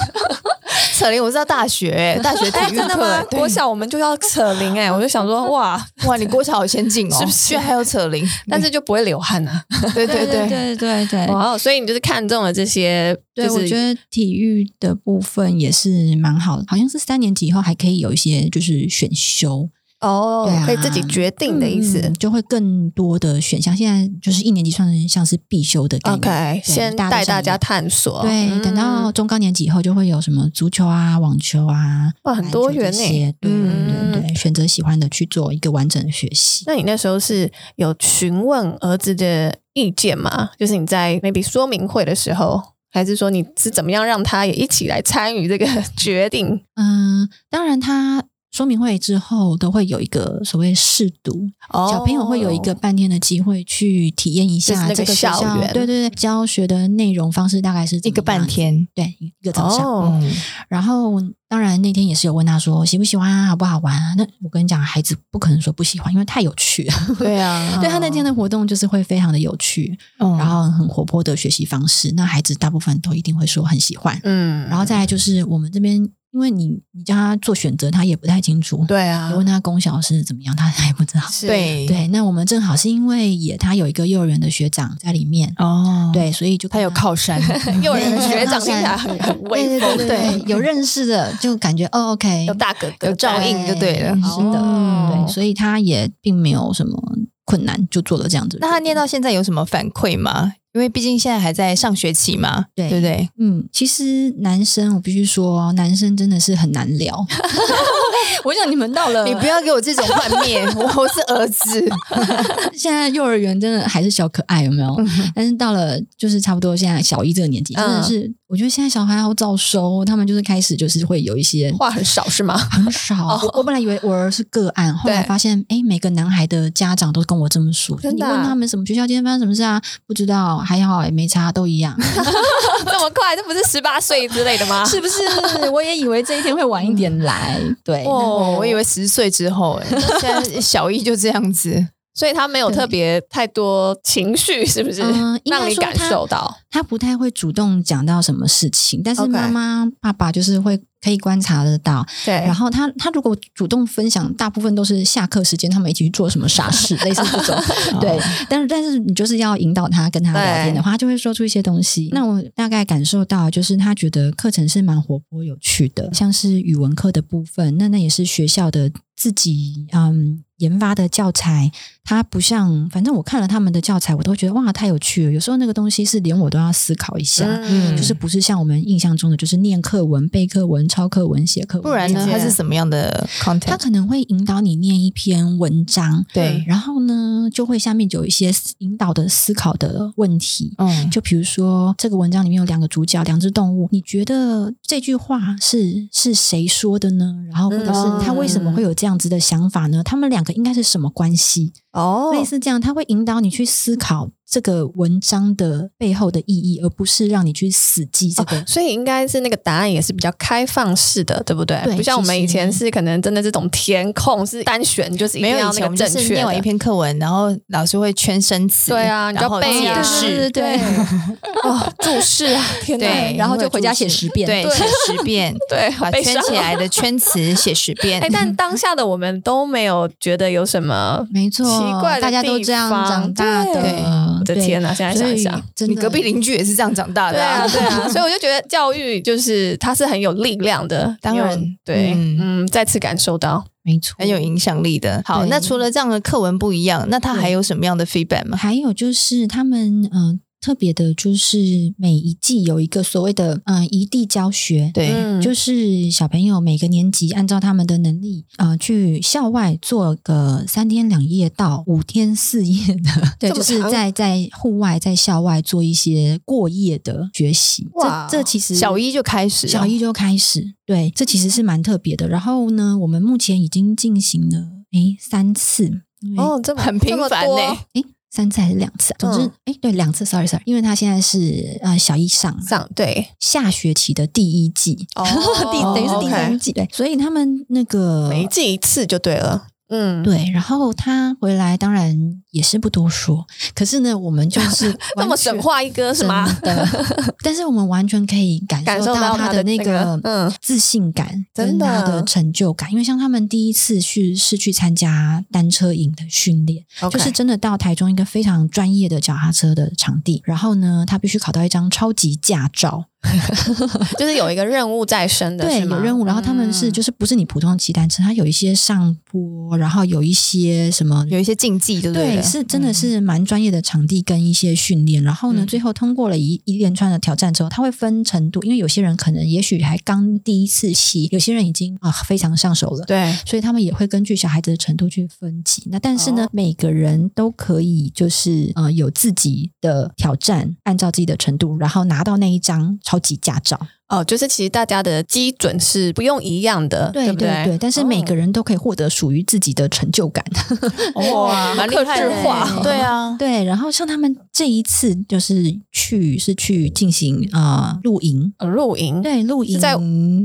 Speaker 1: 扯铃，我知道大学大学
Speaker 2: 哎，
Speaker 1: 体育
Speaker 2: 真的吗
Speaker 1: 课？，对
Speaker 2: 国小我们就要扯铃哎，我就想说哇，
Speaker 1: 哇，你国小好先进哦，
Speaker 2: 是不是
Speaker 1: 居然还有扯铃？
Speaker 2: 但是就不会流汗啊。
Speaker 1: 对对
Speaker 3: 对
Speaker 1: 对，
Speaker 3: 对对对，
Speaker 2: 哇，哦所以你就是看中了这些，
Speaker 3: 哎对，
Speaker 2: 就是
Speaker 3: 我觉得体育的部分也是蛮好的，好像是三年级以后还可以有一些就是选修
Speaker 2: 哦
Speaker 3: 对啊
Speaker 2: 可以自己决定的意思
Speaker 3: 嗯。就会更多的选项。现在就是一年级算是像是必修的概念
Speaker 2: OK，
Speaker 3: 对
Speaker 2: 先
Speaker 3: 大家
Speaker 2: 带
Speaker 3: 都想
Speaker 2: 大家
Speaker 3: 要
Speaker 2: 探索。
Speaker 3: 对，
Speaker 2: 嗯
Speaker 3: 等到中高年级以后就会有什么足球啊、网球啊，
Speaker 2: 哇很
Speaker 3: 篮
Speaker 2: 多
Speaker 3: 球这
Speaker 2: 元欸
Speaker 3: 些对
Speaker 2: 嗯
Speaker 3: 对对对，选择喜欢的去做一个完整的学习。
Speaker 2: 那你那时候是有询问儿子的意见吗？就是你在 maybe 说明会的时候，还是说你是怎么样让他也一起来参与这个 决定？
Speaker 3: 嗯，当然他。说明会之后都会有一个所谓试读，
Speaker 2: 哦
Speaker 3: 小朋友会有一个半天的机会去体验一
Speaker 2: 就是那
Speaker 3: 下
Speaker 2: 个
Speaker 3: 这学校，
Speaker 2: 校园
Speaker 3: 对对对，教学的内容方式大概是怎
Speaker 1: 一个
Speaker 3: 么样
Speaker 1: 半，天。
Speaker 3: 对，一个早上。
Speaker 2: 哦
Speaker 1: 嗯
Speaker 3: 然后当然那天也是有问他说喜不喜欢啊，好不好玩啊？那我跟你讲，孩子不可能说不喜欢，因为太有趣了。
Speaker 1: 对啊，
Speaker 3: 嗯对他那天的活动就是会非常的有趣，
Speaker 1: 嗯，
Speaker 3: 然后很活泼的学习方式，那孩子大部分都一定会说很喜欢。
Speaker 2: 嗯
Speaker 3: 然后再来就是我们这边因为你你叫他做选择，他也不太清楚。
Speaker 2: 对
Speaker 3: 你
Speaker 2: 啊，
Speaker 3: 问他功效是怎么样，他还不知道。
Speaker 2: 是
Speaker 1: 对
Speaker 3: 对，那我们正好是因为也他有一个幼儿园的学长在里面，
Speaker 1: 哦，，
Speaker 3: 对，所以就
Speaker 1: 他有靠山，
Speaker 2: 幼儿园的学长听起来很很威
Speaker 3: 对
Speaker 2: 风，
Speaker 3: 对对对，有认识的就感觉哦，OK，
Speaker 2: 有大哥哥
Speaker 1: 有照应就对了
Speaker 3: 哎是的，
Speaker 2: 哦
Speaker 3: 对，所以他也并没有什么困难，就做了这样子的决定。
Speaker 1: 那他念到现在有什么反馈吗？因为毕竟现在还在上学期嘛，
Speaker 3: 对
Speaker 1: 对不对？
Speaker 3: 嗯，其实男生我必须说，男生真的是很难聊。我 想你们到了
Speaker 1: 你不要给我这种幻灭， 我是儿子，
Speaker 3: 现在幼儿园真的还是小可爱，有没有？但是到了就是差不多现在小一这个年纪，真的
Speaker 2: 嗯
Speaker 3: 是、我觉得现在小孩好早熟，哦他们就是开始就是会有一些
Speaker 2: 话很少 是吗？
Speaker 3: 很少。我我本来以为我儿是个案，后来
Speaker 2: 对
Speaker 3: 发现，哎，每个男孩的家长都跟我这么说，
Speaker 2: 真的
Speaker 3: 你
Speaker 2: 啊
Speaker 3: 问他们什么学校今天发生什么事啊？不知道，还好也没差，都一样，
Speaker 2: 这么快，这不是十八岁之类的吗？
Speaker 3: 是不是？ 我也以为这一天会晚一点来，对。
Speaker 1: 哦，我以
Speaker 2: 为，
Speaker 1: 为十岁之后、哎，现在小一就这样子，
Speaker 2: 所以他没有特别太多情绪，是不是
Speaker 3: 嗯应该
Speaker 2: 让你
Speaker 3: 说
Speaker 2: 感
Speaker 3: 他
Speaker 2: 受到？
Speaker 3: 他不太会主动讲到什么事情，但是
Speaker 2: OK
Speaker 3: 妈妈、爸爸就是会可以观察得到。
Speaker 2: 对，
Speaker 3: 然后他他如果主动分享，大部分都是下课时间他们一起去做什么傻事，类似这种。对，但是但是你就是要引导他跟他聊天的话，他就会说出一些东西。那我大概感受到，就是他觉得课程是蛮活泼有趣的，像是语文课的部分，那那也是学校的自己嗯研发的教材，它不像，反正我看了他们的教材，我都觉得哇太有趣了。有时候那个东西是连我都要思考一下。
Speaker 1: 嗯
Speaker 3: 就是不是像我们印象中的，就是念课文、背课文、抄课文、写课文，
Speaker 1: 不然呢，
Speaker 2: 理解
Speaker 1: 他是什么样的
Speaker 3: 他
Speaker 1: content？
Speaker 3: 可能会引导你念一篇文章，
Speaker 1: 对，
Speaker 3: 然后呢，就会下面就有一些思引导的思考的问题。
Speaker 1: 嗯，
Speaker 3: 就比如说，这个文章里面有两个主角，两只动物，你觉得这句话是是谁说的呢？然后或者
Speaker 1: 嗯
Speaker 3: 是他为什么会有这样子的想法呢？他们两个应该是什么关系？
Speaker 2: 哦
Speaker 3: 类似这样，他会引导你去思考这个文章的背后的意义，而不是让你去死记
Speaker 1: 哦
Speaker 3: 这个。
Speaker 2: 所以应该是那个答案也是比较开放式的，对不对？
Speaker 3: 对
Speaker 2: 不像我们
Speaker 3: 其实
Speaker 2: 以前是可能真的这种填空是单选，就是一
Speaker 1: 没
Speaker 2: 定
Speaker 1: 有
Speaker 2: 要
Speaker 1: 以前
Speaker 2: 那
Speaker 1: 我
Speaker 2: 个
Speaker 1: 们
Speaker 2: 正
Speaker 1: 就
Speaker 2: 确
Speaker 1: 是
Speaker 2: 的
Speaker 1: 念完一篇课文，然后老师会圈生词，
Speaker 2: 对啊你就
Speaker 1: 然后
Speaker 2: 背
Speaker 1: 解
Speaker 2: 啊是
Speaker 1: 释，
Speaker 3: 哎对
Speaker 2: 哦注释啊，天哪！
Speaker 1: 对，
Speaker 3: 然后就
Speaker 1: 因为
Speaker 3: 回家
Speaker 1: 注
Speaker 3: 写
Speaker 1: 释
Speaker 3: 十遍
Speaker 1: 对，
Speaker 2: 对
Speaker 1: 写十遍，
Speaker 2: 对，
Speaker 1: 把
Speaker 2: 悲
Speaker 1: 圈
Speaker 2: 伤
Speaker 1: 起来的圈 词写十遍
Speaker 2: 哎，。但当下的我们都没有觉得有 什么
Speaker 3: 没错，
Speaker 2: 奇怪的
Speaker 3: 大家都
Speaker 2: 地
Speaker 3: 这样
Speaker 2: 方
Speaker 3: 长大
Speaker 2: 对
Speaker 3: 的
Speaker 2: 我。的
Speaker 3: 对
Speaker 2: 天哪！现在
Speaker 3: 所
Speaker 2: 想
Speaker 3: 以
Speaker 2: 一想，
Speaker 3: 真的
Speaker 1: 你隔壁邻居也是这样长大
Speaker 2: 对
Speaker 1: 的、
Speaker 2: 啊，对啊，所以我就觉得教育就是它是很有力量的，
Speaker 1: 当然
Speaker 2: 有对，
Speaker 1: 嗯
Speaker 2: 嗯，再次感受到。
Speaker 3: 没错，
Speaker 1: 很有影响力的。好，
Speaker 3: 对
Speaker 1: 那除了这样的课文不一样，那他还有什么样的 feedback 吗？
Speaker 3: 还有就是他们嗯、呃特别的就是每一季有一个所谓的嗯、呃一地教学，
Speaker 1: 对，
Speaker 2: 嗯
Speaker 3: 就是小朋友每个年级按照他们的能力，呃，去校外做个三天两夜到五天四夜的， 对，
Speaker 2: 这么
Speaker 3: 就是
Speaker 2: 长
Speaker 3: 在在户外在校外做一些过夜的学习。
Speaker 2: 哇
Speaker 3: 这这其实
Speaker 1: 小一就开始了
Speaker 3: 小哦一就开始，对，这其实是蛮特别的。然后呢，我们目前已经进行了诶三次，因为
Speaker 2: 哦，这么
Speaker 1: 很频繁
Speaker 2: 呢、
Speaker 1: 呢
Speaker 3: 诶三次还是两次啊？总之
Speaker 2: 嗯，
Speaker 3: 诶对，两次，sorry sorry，因为他现在是呃小一上嘛
Speaker 2: 上对
Speaker 3: 下学期的第一季，
Speaker 2: 哦
Speaker 3: 第等于是第三
Speaker 2: OK
Speaker 3: 季，对，所以他们那个
Speaker 2: 每一季一次就对了。嗯，
Speaker 3: 对，然后他回来当然也是不多说，可是呢，我 们就是
Speaker 2: 那么
Speaker 3: 完全
Speaker 2: 神话一哥是吗？
Speaker 3: 真 的但是我们完全可以感
Speaker 2: 感受
Speaker 3: 受
Speaker 2: 到
Speaker 3: 到
Speaker 2: 他
Speaker 3: 他
Speaker 2: 的
Speaker 3: 的那
Speaker 2: 那个
Speaker 3: 个
Speaker 2: 嗯
Speaker 3: 自信感，
Speaker 2: 真
Speaker 3: 跟
Speaker 2: 的
Speaker 3: 他的成就感。因为像他们第一次去是去参加单车营的训练，
Speaker 2: OK
Speaker 3: 就是真的到台中一个非常专业的脚踏车的场地，然后呢，他必须考到一张超级驾照，
Speaker 2: 就是有一个任务在身的，
Speaker 3: 对，
Speaker 2: 是吗
Speaker 3: 有任务。然后他们是、
Speaker 2: 嗯
Speaker 3: 就是不是你普通的骑单车，它有一些上坡，然后有一些什么
Speaker 1: 有一些禁忌，对不
Speaker 3: 对，
Speaker 1: 对，
Speaker 3: 是真的是蛮专业的场地跟一些训练，然后呢，
Speaker 1: 嗯
Speaker 3: 最后通过了一一连串的挑战之后，他会分程度，因为有些人可能也许还刚第一次骑，有些人已经啊、非常上手了。
Speaker 2: 对
Speaker 3: 所以他们也会根据小孩子的程度去分级，那但是呢，
Speaker 2: 哦
Speaker 3: 每个人都可以就是呃有自己的挑战，按照自己的程度，然后拿到那一张超级驾照。
Speaker 2: 哦，就是其实大家的基准是不用一样的，
Speaker 3: 对哦
Speaker 2: 不
Speaker 3: 对对，但是每个人都可以获得属于自己的成就感。
Speaker 1: 哇，蛮厉害的
Speaker 2: 克制化
Speaker 1: 对 啊，
Speaker 3: 对，然后像他们这一次就是去是去进行呃露营，
Speaker 2: 呃露营
Speaker 3: 对，露营
Speaker 2: 是在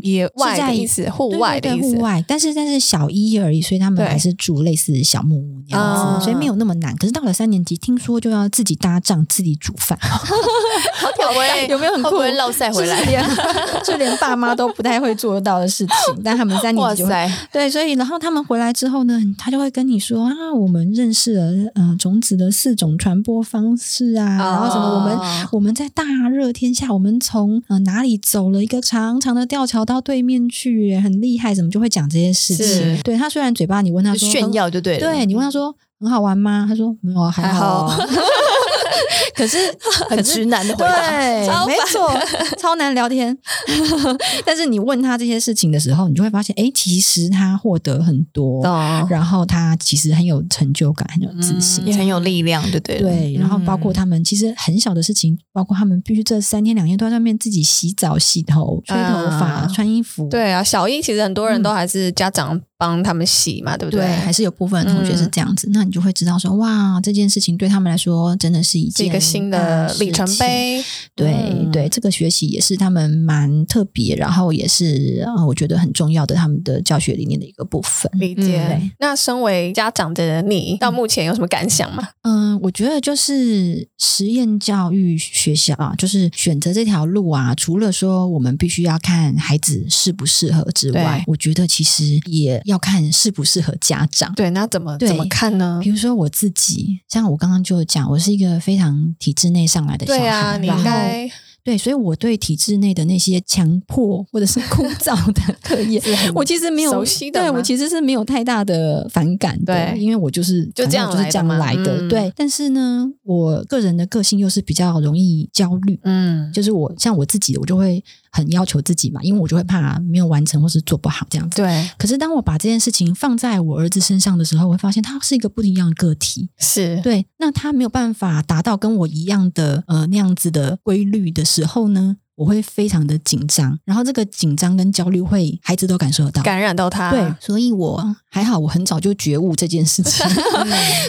Speaker 2: 野外
Speaker 3: 是在
Speaker 2: 的意思，户
Speaker 3: 对
Speaker 2: 外的
Speaker 3: 对
Speaker 2: 意
Speaker 3: 对
Speaker 2: 思
Speaker 3: 嗯户。外，但是但是小一而已，所以他们
Speaker 2: 对
Speaker 3: 还是住类似小木屋那样
Speaker 2: 啊
Speaker 3: 子，所以没有那么难。可是到了三年级，听说就要自己搭帐、自己煮饭，
Speaker 2: 好挑战， 欸
Speaker 3: 有没有很
Speaker 1: 会不
Speaker 3: 酷
Speaker 1: 会？落晒回来？
Speaker 3: 是不是 就连爸妈都不太会做到的事情，但他们三年
Speaker 1: 哇
Speaker 3: 级就会
Speaker 1: 塞，
Speaker 3: 对，所以然后他们回来之后呢，他就会跟你说啊，我们认识了呃种子的四种传播方式啊，然后什么我们
Speaker 1: 哦
Speaker 3: 我们在大热天下，我们从呃哪里走了一个长长的吊桥到对面去，很厉害，什么就会讲这些事情
Speaker 1: 是。
Speaker 3: 对他虽然嘴巴你问他
Speaker 1: 就
Speaker 3: 说
Speaker 1: 炫，耀就嗯对
Speaker 3: 很
Speaker 1: 了。
Speaker 3: 对你问他说很好玩吗？他说没有啊，还好 啊。可是
Speaker 1: 很直男的回答。
Speaker 3: 对
Speaker 2: 超，
Speaker 3: 没错，超难聊天。 但是你问他这些事情的时候，你就会发现，哎，其实他获得很多，
Speaker 1: 哦，
Speaker 3: 然后他其实很有成就感，很有
Speaker 2: 嗯
Speaker 3: 自信。
Speaker 1: 也很有力量，对对了
Speaker 3: 对，然后包括
Speaker 1: 嗯
Speaker 3: 他们其实很小的事情，包括他们必须这三天两夜都在外面自己洗澡、洗头、吹头发、
Speaker 1: 啊
Speaker 3: 穿衣服，
Speaker 2: 嗯对啊，小一其实很多人都还是家长帮他们洗嘛，对不
Speaker 3: 嗯
Speaker 2: 嗯
Speaker 3: 对，还是有部分的同学是这样子。那你就会知道说，哇，这件事情对他们来说真的是一
Speaker 2: 是
Speaker 3: 件
Speaker 2: 一个新的
Speaker 3: 大事
Speaker 2: 里程
Speaker 3: 情
Speaker 2: 碑。
Speaker 3: 对、
Speaker 2: 嗯
Speaker 3: 对，这个学习也是他们蛮特别，然后也是呃，我觉得很重要的他们的教学理念的一个部分。
Speaker 2: 理解。
Speaker 1: 嗯
Speaker 3: 对
Speaker 2: 那身为家长的你，到目前有什么感想吗？
Speaker 3: 嗯、我觉得就是实验教育学校啊，就是选择这条路啊，除了说我们必须要看孩子适不适合之外
Speaker 2: 对，
Speaker 3: 我觉得其实也要看适不适合家长。
Speaker 2: 对，那怎么
Speaker 3: 对
Speaker 2: 怎么看呢
Speaker 3: 比？如说我自己，像我刚刚就讲，我是一个非常体制内上来的小孩，
Speaker 2: 对啊，你
Speaker 3: 然
Speaker 2: 应
Speaker 3: 后
Speaker 2: 该
Speaker 3: 对，所以我对体制内的那些强迫或者是枯燥的 课业
Speaker 2: 是很，
Speaker 3: 我其实没有
Speaker 2: 熟悉的
Speaker 3: 对
Speaker 2: 吗
Speaker 3: 我其实是没有太大的反感的，
Speaker 2: 对
Speaker 3: 因为我就是
Speaker 2: 就这
Speaker 3: 反正
Speaker 2: 样
Speaker 3: 我就是这样
Speaker 2: 来
Speaker 3: 来
Speaker 2: 的嘛
Speaker 3: 的，
Speaker 2: 嗯
Speaker 3: 对。但是呢，我个人的个性又是比较容易焦虑。
Speaker 2: 嗯，
Speaker 3: 就是我像我自己，我就会很要求自己嘛，因为我就会怕没有完成或是做不好这样子。
Speaker 2: 对，
Speaker 3: 可是当我把这件事情放在我儿子身上的时候，我会发现他是一个不一样的个体。
Speaker 2: 是
Speaker 3: 对，那他没有办法达到跟我一样的呃那样子的规律的时候呢，我会非常的紧张，然后这个紧张跟焦虑会孩子都感受得到。
Speaker 2: 感染到他。
Speaker 3: 对，所以我还好，我很早就觉悟这件事 情，
Speaker 2: 嗯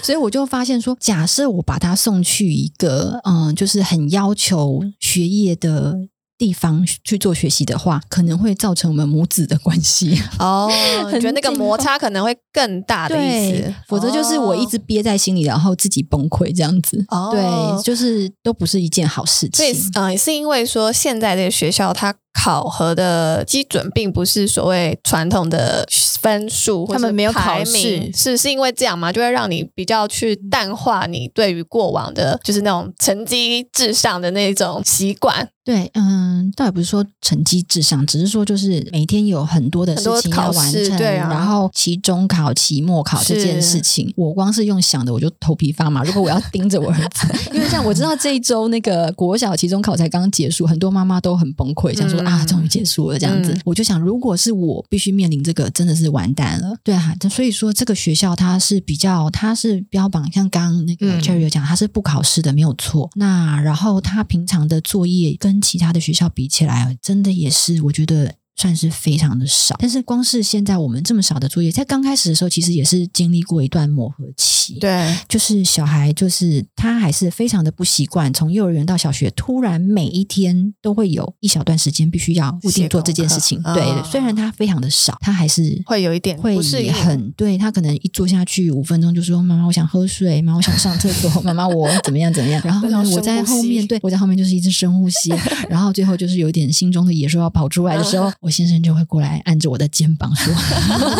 Speaker 3: 所以我就发现说，假设我把他送去一个嗯、呃就是很要求学业的地方去做学习的话，可能会造成我们母子的关系。
Speaker 2: 哦，你
Speaker 3: 很哦
Speaker 2: 觉得那个
Speaker 3: 紧
Speaker 2: 摩擦可能会更大的意思
Speaker 3: 对，，否则就是我一直憋在心里，然后自己崩溃这样子。
Speaker 2: 哦
Speaker 3: 对，就是都不是一件好事
Speaker 2: 所以
Speaker 3: 情。
Speaker 2: 呃，是因为说现在这个学校它考核的基准并不是所谓传统的分数，或
Speaker 1: 他们
Speaker 2: 是
Speaker 1: 没有
Speaker 2: 排
Speaker 1: 考试
Speaker 2: 名是是因为这样嘛，就会让你比较去
Speaker 3: 嗯
Speaker 2: 淡化你对于过往的，就是那种成绩至上的那种习惯，
Speaker 3: 对，嗯，倒也不是说成绩至上，只是说就是每天有很多的
Speaker 2: 很
Speaker 3: 事
Speaker 2: 多
Speaker 3: 情
Speaker 2: 考
Speaker 3: 要完
Speaker 2: 试
Speaker 3: 成，
Speaker 2: 对啊
Speaker 3: 然后期中考、期末考这件
Speaker 2: 是
Speaker 3: 事情，我光是用想的我就头皮发麻。如果我要盯着我儿子， 因为像我知道这一周那个国小期中考才刚结束，很多妈妈都很崩溃，想说、
Speaker 2: 嗯
Speaker 3: 啊，终于结束了这样子。
Speaker 2: 嗯
Speaker 3: 我就想，如果是我必须面临这个，真的是完蛋了。对啊，所以说这个学校它是比较，它是标榜像刚刚那个
Speaker 1: 嗯
Speaker 3: Cherry 有讲，它是不考试的，没有错。那然后它平常的作业跟其他的学校比起来，真的也是我觉得。算是非常的少，但是光是现在我们这么少的作业，在刚开始的时候，其实也是经历过一段磨合期。
Speaker 2: 对，
Speaker 3: 就是小孩，就是他还是非常的不习惯，从幼儿园到小学，突然每一天都会有一小段时间必须要固定做这件事情
Speaker 2: 写。功课
Speaker 3: 对，
Speaker 2: 哦
Speaker 3: 虽然他非常的少，他还是
Speaker 2: 会有一点
Speaker 3: 会
Speaker 2: 不适应
Speaker 3: 很对他可能一坐下去五分钟就说：“妈妈，我想喝水，妈妈，我想上厕所，妈妈，我怎么样 怎么样。”然后
Speaker 2: 然后，
Speaker 3: 呢
Speaker 2: 深
Speaker 3: 我在
Speaker 2: 呼吸
Speaker 3: 后面，对我在后面就是一直深呼 吸，然后最后就是有点心中的野兽要跑出来的时
Speaker 2: 嗯
Speaker 3: 候， 我先生就会过来按着我的肩 膀说：“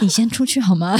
Speaker 3: 你先出去好吗？”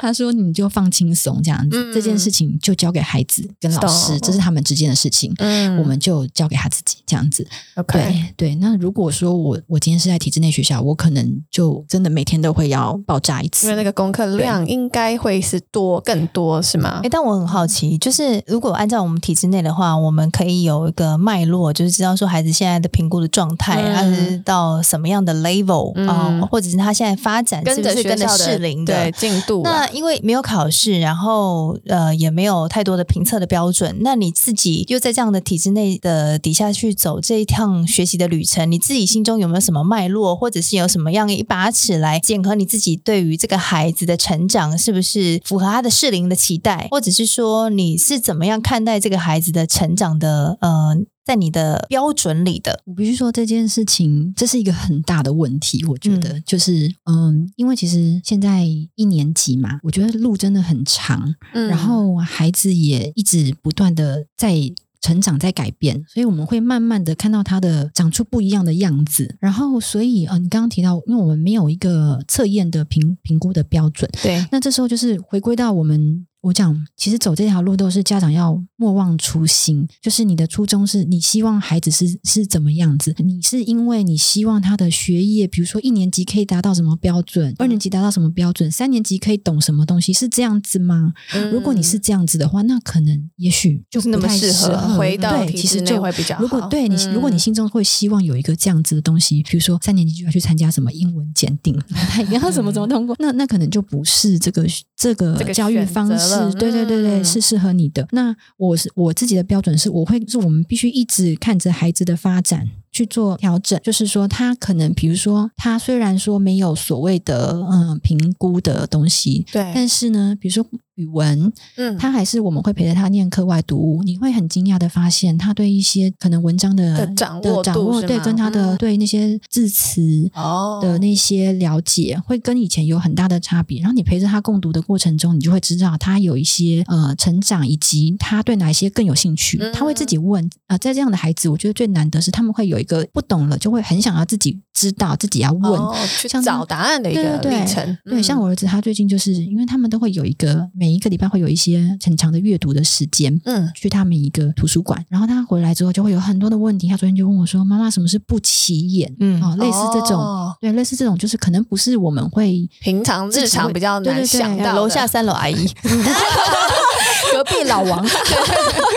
Speaker 3: 他说：“你就放轻松这样子，
Speaker 2: 嗯
Speaker 3: 这件事情就交给孩子跟老师，
Speaker 2: 懂
Speaker 3: 这是他们之间的事情。”
Speaker 2: 嗯
Speaker 3: 我们就交给他自己这样子，
Speaker 2: OK。
Speaker 3: 对对，那如果说我我今天是在体制内学校，我可能就真的每天都会要爆炸
Speaker 2: 因
Speaker 3: 一
Speaker 2: 为
Speaker 3: 次。
Speaker 2: 那个功课量应该会是多更多是吗
Speaker 1: 哎、？但我很好奇，就是如果按照我们体制内的话，我们可以有一个脉络，就是知道说孩子现在的评估的状态，
Speaker 2: 嗯
Speaker 1: 他是到什么样的 level
Speaker 2: 嗯
Speaker 1: 啊、或者是他现在发展是不
Speaker 2: 跟着
Speaker 1: 是
Speaker 2: 学
Speaker 1: 跟着
Speaker 2: 校
Speaker 1: 适龄的？
Speaker 2: 对进度啊，
Speaker 1: 那因为没有考试，然后呃也没有太多的评测的标准，那你自己又在这样的体制内的底下去走这一趟学习的旅程，你自己心中有没有什么脉络，或者是有什么样一把尺来检核你自己对于这个孩子的成长是不是符合他的适龄的期待，或者是说你是怎么样看待这个孩子的成长的呃在你的标准里的？
Speaker 3: 我必须说这件事情，这是一个很大的问题。我觉得、就是，嗯，因为其实现在一年级嘛，我觉得路真的很长，
Speaker 2: 嗯
Speaker 3: 然后孩子也一直不断的在成长在改变，所以我们会慢慢的看到他的长出不一样的样子。然后，所以呃，你刚刚提到，因为我们没有一个测验的评评估的标准，
Speaker 2: 对，
Speaker 3: 那这时候就是回归到我们，我讲，其实走这条路都是家长要莫忘初心，就是你的初衷是你希望孩子是是怎么样子，你是因为你希望他的学业，比如说一年级可以达到什么标准，二年级达到什么标准，三年级可以懂什么东西，是这样子吗？
Speaker 2: 嗯
Speaker 3: 如果你是这样子的话，那可能也许就
Speaker 2: 不是那
Speaker 3: 不
Speaker 2: 么
Speaker 3: 太
Speaker 2: 适合
Speaker 3: 合
Speaker 2: 呃回到
Speaker 3: 对，
Speaker 2: 体
Speaker 3: 其
Speaker 2: 制
Speaker 3: 实
Speaker 2: 内
Speaker 3: 就
Speaker 2: 会比较好。
Speaker 3: 如果对你，如果你
Speaker 2: 嗯
Speaker 3: 心中会希望有一个这样子的东西，比如说三年级就要去参加什么英文检 定，
Speaker 2: 哦
Speaker 3: 他一定要怎么怎么通过，那那可能就不是这个这个
Speaker 2: 这个
Speaker 3: 教育
Speaker 2: 选择
Speaker 3: 方式
Speaker 2: 了，
Speaker 3: 对对对对，
Speaker 2: 嗯
Speaker 3: 是适合你的。那我是我自己的标准是，我会是我们必须一直看着孩子的发展。去做调整，就是说他可能，比如说他虽然说没有所谓的嗯、呃评估的东西，
Speaker 2: 对
Speaker 3: 但是呢，比如说语文，
Speaker 2: 嗯
Speaker 3: 他还是我们会陪着他念课外读物，你会很惊讶的发现，他对一些可能文章的
Speaker 2: 的掌握度
Speaker 3: 掌
Speaker 2: 是
Speaker 3: 对，
Speaker 2: 吗
Speaker 3: 跟他的、
Speaker 2: 嗯
Speaker 3: 对那些字词
Speaker 2: 哦
Speaker 3: 的那些了解，会跟以前有很大的差别。然后你陪着他共读的过程中，你就会知道他有一些呃成长，以及他对哪一些更有兴趣。
Speaker 2: 嗯
Speaker 3: 他会自己问啊、呃在这样的孩子，我觉得最难得是他们会有一个不懂了，就会很想要自己知道，自己要问。
Speaker 2: 哦、去
Speaker 3: 像
Speaker 2: 找
Speaker 3: 是
Speaker 2: 答案的一
Speaker 3: 对
Speaker 2: 个
Speaker 3: 对对
Speaker 2: 历程。嗯
Speaker 3: 对，像
Speaker 2: 我，
Speaker 3: 我儿子他最近就是因为他们都会有一个每一个礼拜会有一些很长的阅读的时间，
Speaker 2: 嗯，
Speaker 3: 去他们一个图书馆，然后他回来之后就会有很多的问题。他昨天就问我说：“妈妈，什么是不起眼？”
Speaker 1: 嗯
Speaker 3: 哦，类似这种，
Speaker 2: 哦
Speaker 3: 对，类似这种，就是可能不是我们会
Speaker 2: 平常
Speaker 3: 自
Speaker 2: 日
Speaker 3: 己
Speaker 2: 常
Speaker 3: 会
Speaker 2: 比较
Speaker 3: 对
Speaker 2: 难
Speaker 3: 对对
Speaker 2: 想到的
Speaker 1: 楼 下三楼阿姨，
Speaker 3: 隔壁老王，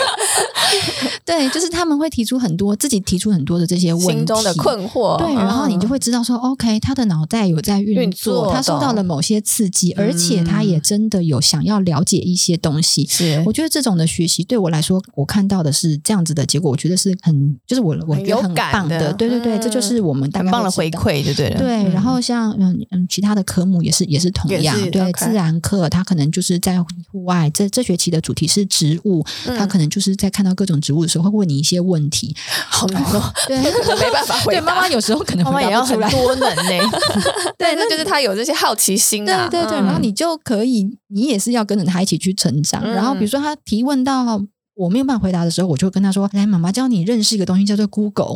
Speaker 3: 对，就是他们会提出很多自己提出很多的这些问题，
Speaker 2: 心中的困惑，
Speaker 3: 对，然后你就
Speaker 2: 嗯
Speaker 3: 会知道说、o k 他的脑袋有在运作，
Speaker 2: 运作
Speaker 3: 他受到了
Speaker 2: 懂
Speaker 3: 某些刺激，而且他也真的有想要了解一些东西。
Speaker 2: 是
Speaker 3: 我觉得这种的学习对我来说，我看到的是这样子的结果，我觉得是很，就是我我觉
Speaker 2: 有
Speaker 3: 得很
Speaker 2: 感
Speaker 3: 棒
Speaker 2: 的
Speaker 3: 对对对，
Speaker 2: 嗯
Speaker 3: 这就是我们大
Speaker 1: 很
Speaker 3: 概
Speaker 1: 棒的
Speaker 3: 会知
Speaker 1: 回
Speaker 3: 道。
Speaker 1: 馈，对不对了？
Speaker 3: 对，
Speaker 1: 嗯
Speaker 3: 然后像嗯嗯，其他的科目也是也是同
Speaker 2: 也是
Speaker 3: 样，对
Speaker 2: OK
Speaker 3: 自然课它可能就是在户外，这这学期的主题是植物，它
Speaker 2: 嗯
Speaker 3: 可能就是在看到各种植物的时候会问你一些问题，
Speaker 2: 好难哦，
Speaker 3: 对
Speaker 2: 我没办法回
Speaker 3: 对，
Speaker 2: 答。
Speaker 3: 妈妈有时候可能
Speaker 1: 妈妈
Speaker 3: 回答
Speaker 1: 也要
Speaker 3: 不出
Speaker 1: 很
Speaker 3: 来，
Speaker 1: 多能呢，
Speaker 2: 对，那就是他有这些好奇心啊，
Speaker 3: 对对对，然后
Speaker 2: 嗯
Speaker 3: 你就可以，你也是要跟着他一起去成长。
Speaker 2: 嗯
Speaker 3: 然后比如说他提问到。我没有办法回答的时候，我就跟他说：“来，妈妈教你认识一个东西，叫做 Google。”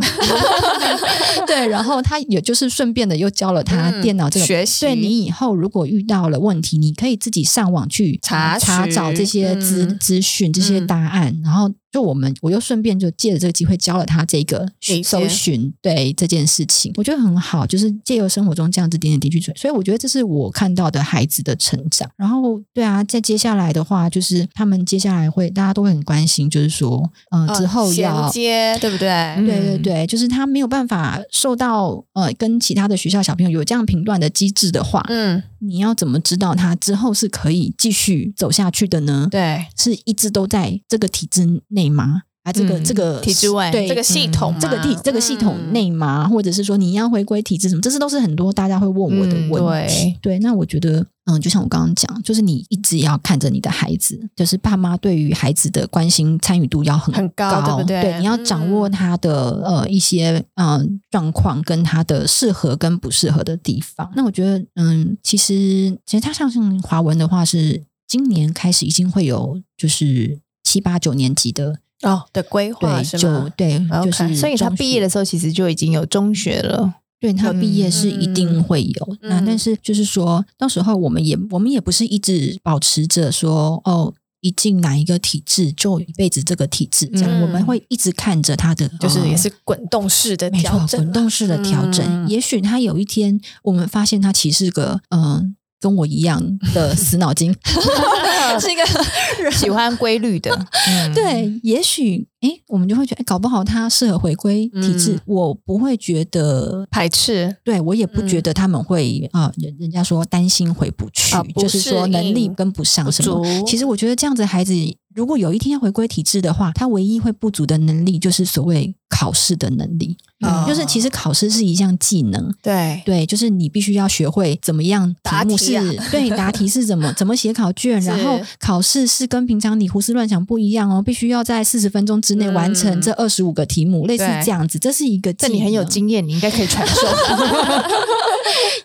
Speaker 3: 对，然后他也就是顺便的又教了他
Speaker 2: 嗯
Speaker 3: 电脑这个。
Speaker 2: 学习，
Speaker 3: 对你以后如果遇到了问题，你可以自己上网去
Speaker 2: 查
Speaker 3: 查
Speaker 2: 询
Speaker 3: 找这些资、
Speaker 2: 嗯
Speaker 3: 资讯、这些
Speaker 2: 嗯
Speaker 3: 答案。然后就我们，我又顺便就借着这个机会教了他这个
Speaker 2: 理解
Speaker 3: 搜寻对这件事情，我觉得很好，就是借由生活中这样子点点滴滴去，所以我觉得这是我看到的孩子的成长。然后，对啊，在接下来的话，就是他们接下来会大家都会很关心，就是说，呃，
Speaker 2: 嗯
Speaker 3: 之后
Speaker 2: 衔
Speaker 3: 要。
Speaker 2: 接，对不对？
Speaker 3: 对对
Speaker 1: 嗯
Speaker 3: 对，就是他没有办法受到呃跟其他的学校小朋友有这样评断的机制的话，
Speaker 2: 嗯，
Speaker 3: 你要怎么知道他之后是可以继续走下去的呢？
Speaker 2: 对，
Speaker 3: 是一直都在这个体制内吗？啊，这个、
Speaker 1: 嗯
Speaker 3: 这个
Speaker 1: 体制外
Speaker 3: 对
Speaker 2: 哎
Speaker 3: 嗯
Speaker 2: 这个系统嘛，
Speaker 3: 这个体这个系统
Speaker 2: 嗯
Speaker 3: 内吗？或者是说你要回归体制什么？这是都是很多大家会问我的
Speaker 1: 嗯
Speaker 3: 问题。对，那我觉得，嗯，就像我刚刚讲，就是你一直要看着你的孩子，就是爸妈对于孩子的关心参与度要很
Speaker 2: 很高对不对
Speaker 3: 你要掌握
Speaker 2: 嗯
Speaker 3: 他的、呃一些嗯、呃状况跟他的适合跟不适合的地方。那我觉得，嗯，其实其实他像像华文的话是今年开始已经会有就是七八九年级的。
Speaker 2: 哦的规划
Speaker 3: 对，
Speaker 2: 是
Speaker 3: 就
Speaker 2: 吗？
Speaker 3: 对，就
Speaker 2: OK
Speaker 3: 是
Speaker 1: 所以他
Speaker 3: 中
Speaker 1: 毕
Speaker 3: 学
Speaker 1: 业的时候其实就已经有中学了，
Speaker 3: 对他
Speaker 1: 嗯
Speaker 3: 毕业是一定会有，
Speaker 2: 嗯
Speaker 3: 那但是就是说，到时候我们也我们也不是一直保持着说哦，一进哪一个体制就一辈子这个体制这样，
Speaker 2: 嗯
Speaker 3: 我们会一直看着他的，
Speaker 2: 就是也
Speaker 3: 呃
Speaker 2: 是滚动式的
Speaker 3: 没
Speaker 2: 调
Speaker 3: 错
Speaker 2: 整
Speaker 3: 滚
Speaker 2: 啊，
Speaker 3: 动式的调整。
Speaker 2: 嗯
Speaker 3: 也许他有一天我们发现他其实是个嗯、呃跟我一样 的死脑筋，
Speaker 2: 嗯哦
Speaker 3: 是一 个
Speaker 1: 喜欢规律 的，嗯，
Speaker 3: 对，也许诶，我们就会觉得，诶搞不好他适合回归体制，
Speaker 2: 嗯
Speaker 3: 我不会觉得
Speaker 2: 排 斥
Speaker 3: 对我也不
Speaker 2: 嗯
Speaker 3: 觉得他们会啊、人人家说担心回不去，
Speaker 2: 啊不
Speaker 3: 就是说
Speaker 2: 适
Speaker 3: 能力
Speaker 2: 应
Speaker 3: 跟不上
Speaker 2: 不
Speaker 3: 什么。
Speaker 2: 足，
Speaker 3: 其实我觉得这样子的孩子，如果有一天要回归体制的话，他唯一会不足的能力就是所谓考试的能力。
Speaker 2: 啊
Speaker 1: 嗯
Speaker 3: 就是其实考试是一项技能，
Speaker 2: 对
Speaker 3: 对，就是你必须要学会怎么样
Speaker 2: 答
Speaker 3: 题目
Speaker 2: 题
Speaker 3: 是，
Speaker 2: 啊
Speaker 3: 对，答题是 怎么怎么写考卷，然后
Speaker 2: 是
Speaker 3: 考试是跟平常你胡思乱想不一样哦，必须要在四十分钟之内完成
Speaker 2: 嗯
Speaker 3: 这二十五个题目，类似
Speaker 2: 对
Speaker 3: 这样子，这是一个
Speaker 1: 这
Speaker 3: 技能。
Speaker 1: 你很有经验，你应该可以传授。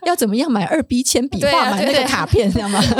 Speaker 3: 要怎么样买二 B 铅笔
Speaker 2: 对啊
Speaker 3: 画满那
Speaker 2: 对
Speaker 3: 个卡片，知道吗？ 因为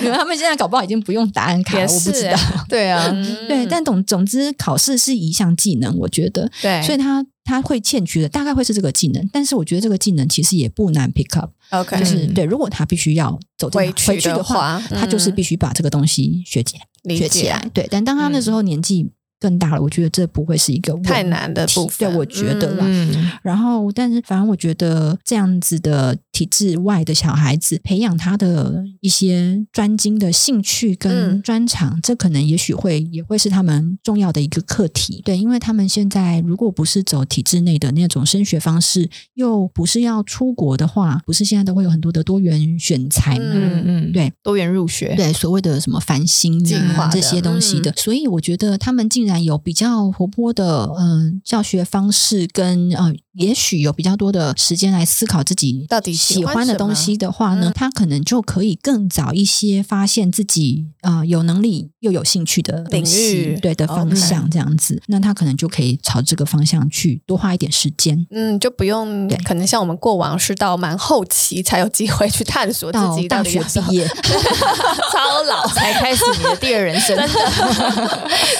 Speaker 2: 对啊
Speaker 3: 他们现在搞不好已经不用答案卡
Speaker 2: 也
Speaker 3: 了，我不
Speaker 2: 是
Speaker 3: 知
Speaker 2: 欸
Speaker 3: 道。
Speaker 2: 对啊，
Speaker 3: 对，但总总之，考试是一项技能，我觉得，
Speaker 2: 对，
Speaker 3: 所以他他会欠缺的大概会是这个技能，但是我觉得这个技能其实也不难 pick up，
Speaker 2: OK
Speaker 3: 就是
Speaker 1: 嗯
Speaker 3: 对，如果他必须要走这
Speaker 2: 回
Speaker 3: 个回
Speaker 2: 去
Speaker 3: 去
Speaker 2: 的
Speaker 3: 的话，
Speaker 2: 话，
Speaker 3: 他就是
Speaker 2: 嗯
Speaker 3: 必须把这个东西学起来，
Speaker 2: 理
Speaker 3: 学
Speaker 2: 解嗯
Speaker 3: 起来。对，但当他那时候年纪更大了，我觉得这不会是一个问
Speaker 2: 太难的
Speaker 3: 题
Speaker 2: 部分，
Speaker 3: 对，我觉得啦。
Speaker 1: 嗯，
Speaker 3: 然后，但是反正我觉得这样子的体制外的小孩子，培养他的一些专精的兴趣跟
Speaker 2: 嗯
Speaker 3: 专长，这可能也许会也会是他们重要的一个课题。对，因为他们现在如果不是走体制内的那种升学方式，又不是要出国的话，不是现在都会有很多的多元选材嘛？
Speaker 1: 嗯嗯，
Speaker 3: 对，
Speaker 1: 多元入学，
Speaker 3: 对所谓的什么繁星
Speaker 2: 进化
Speaker 3: 啊
Speaker 2: 的嗯
Speaker 3: 这些东西的，所以我觉得他们竟然有比较活泼的嗯、呃教学方式跟，呃，也许有比较多的时间来思考自己
Speaker 2: 到底喜
Speaker 3: 喜
Speaker 2: 欢
Speaker 3: 欢的
Speaker 2: 什么
Speaker 3: 东西的话呢，
Speaker 2: 嗯
Speaker 3: 他可能就可以更早一些发现自己啊有能力又有兴趣的
Speaker 2: 领
Speaker 3: 东西
Speaker 2: 域
Speaker 3: 对的方
Speaker 2: OK
Speaker 3: 向这样子，那他可能就可以朝这个方向去多花一点时间。
Speaker 2: 嗯，就不用
Speaker 3: 对，
Speaker 2: 可能像我们过往是到蛮后期才有机会去探索自
Speaker 3: 到
Speaker 2: 己
Speaker 3: 大
Speaker 2: 到底
Speaker 3: 学
Speaker 2: 要
Speaker 3: 毕
Speaker 2: 什么，
Speaker 3: 业，
Speaker 2: 超老
Speaker 1: 才开始你的第二人生，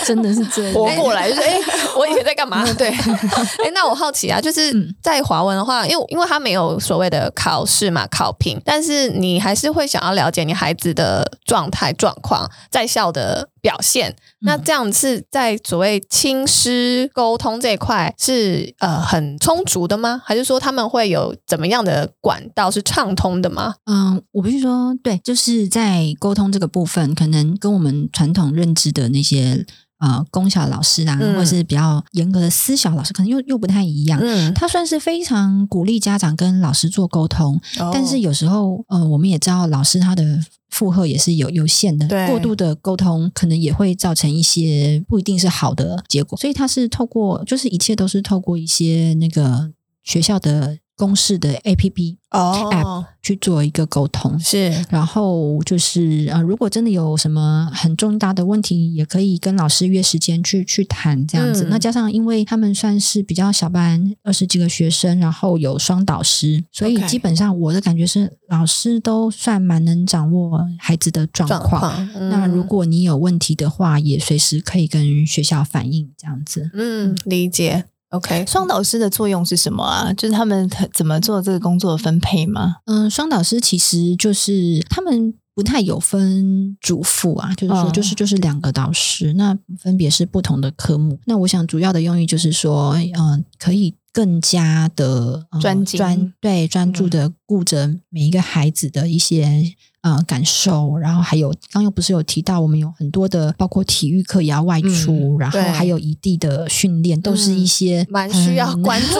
Speaker 3: 真的是这 样。
Speaker 2: 活过来，就是哎、我以前在干嘛？对， 哎、那我好奇啊，就是
Speaker 3: 嗯
Speaker 2: 在华文的话，因为因为它没有所谓的考试嘛，考评，但是你还是会想要了解你孩子的状态状况，在校的表现。那这样是在所谓亲师沟通这一块是呃很充足的吗？还是说他们会有怎么样的管道是畅通的吗？
Speaker 3: 嗯，我必须说，对，就是在沟通这个部分，可能跟我们传统认知的那些呃公小老师啊，
Speaker 2: 嗯
Speaker 3: 或者是比较严格的私小老师，可能又又不太一样。
Speaker 2: 嗯，
Speaker 3: 他算是非常鼓励家长跟老师做沟通，
Speaker 2: 哦
Speaker 3: 但是有时候，呃，我们也知道老师他的负荷也是有有限的
Speaker 2: 对，
Speaker 3: 过度的沟通可能也会造成一些不一定是好的结果，所以他是透过，就是一切都是透过一些那个学校的公式的 A P P
Speaker 2: 哦
Speaker 3: app 去做一个沟通。
Speaker 2: 是
Speaker 3: 然后就是呃，如果真的有什么很重大的问题，也可以跟老师约时间去去谈这样子。
Speaker 2: 嗯
Speaker 3: 那加上，因为他们算是比较小班，二十几个学生，然后有双导师，所以
Speaker 2: OK
Speaker 3: 基本上我的感觉是，老师都算蛮能掌握孩子的状
Speaker 2: 状
Speaker 3: 况。
Speaker 2: 况。
Speaker 3: 那
Speaker 2: 嗯
Speaker 3: 如果你有问题的话，也随时可以跟学校反映这样子。
Speaker 2: 嗯理解，OK，
Speaker 1: 双导师的作用是什么啊？就是他们怎么做这个工作的分配吗？
Speaker 3: 嗯，双导师其实就是他们不太有分主副啊，就是说
Speaker 1: 嗯
Speaker 2: 哦
Speaker 3: 就是就是两个导师，那分别是不同的科目。那我想主要的用意就是说，哎嗯、可以更加的、呃
Speaker 1: 专精
Speaker 3: 专对专
Speaker 2: 嗯
Speaker 3: 注的顾着每一个孩子的一些。呃，感受，然后还有，刚刚又不是有提到，我们有很多的，包括体育课也要外出，然后
Speaker 2: 嗯对嗯
Speaker 3: 还有异地的训练，都是一些
Speaker 2: 蛮需要
Speaker 3: 很
Speaker 2: 关注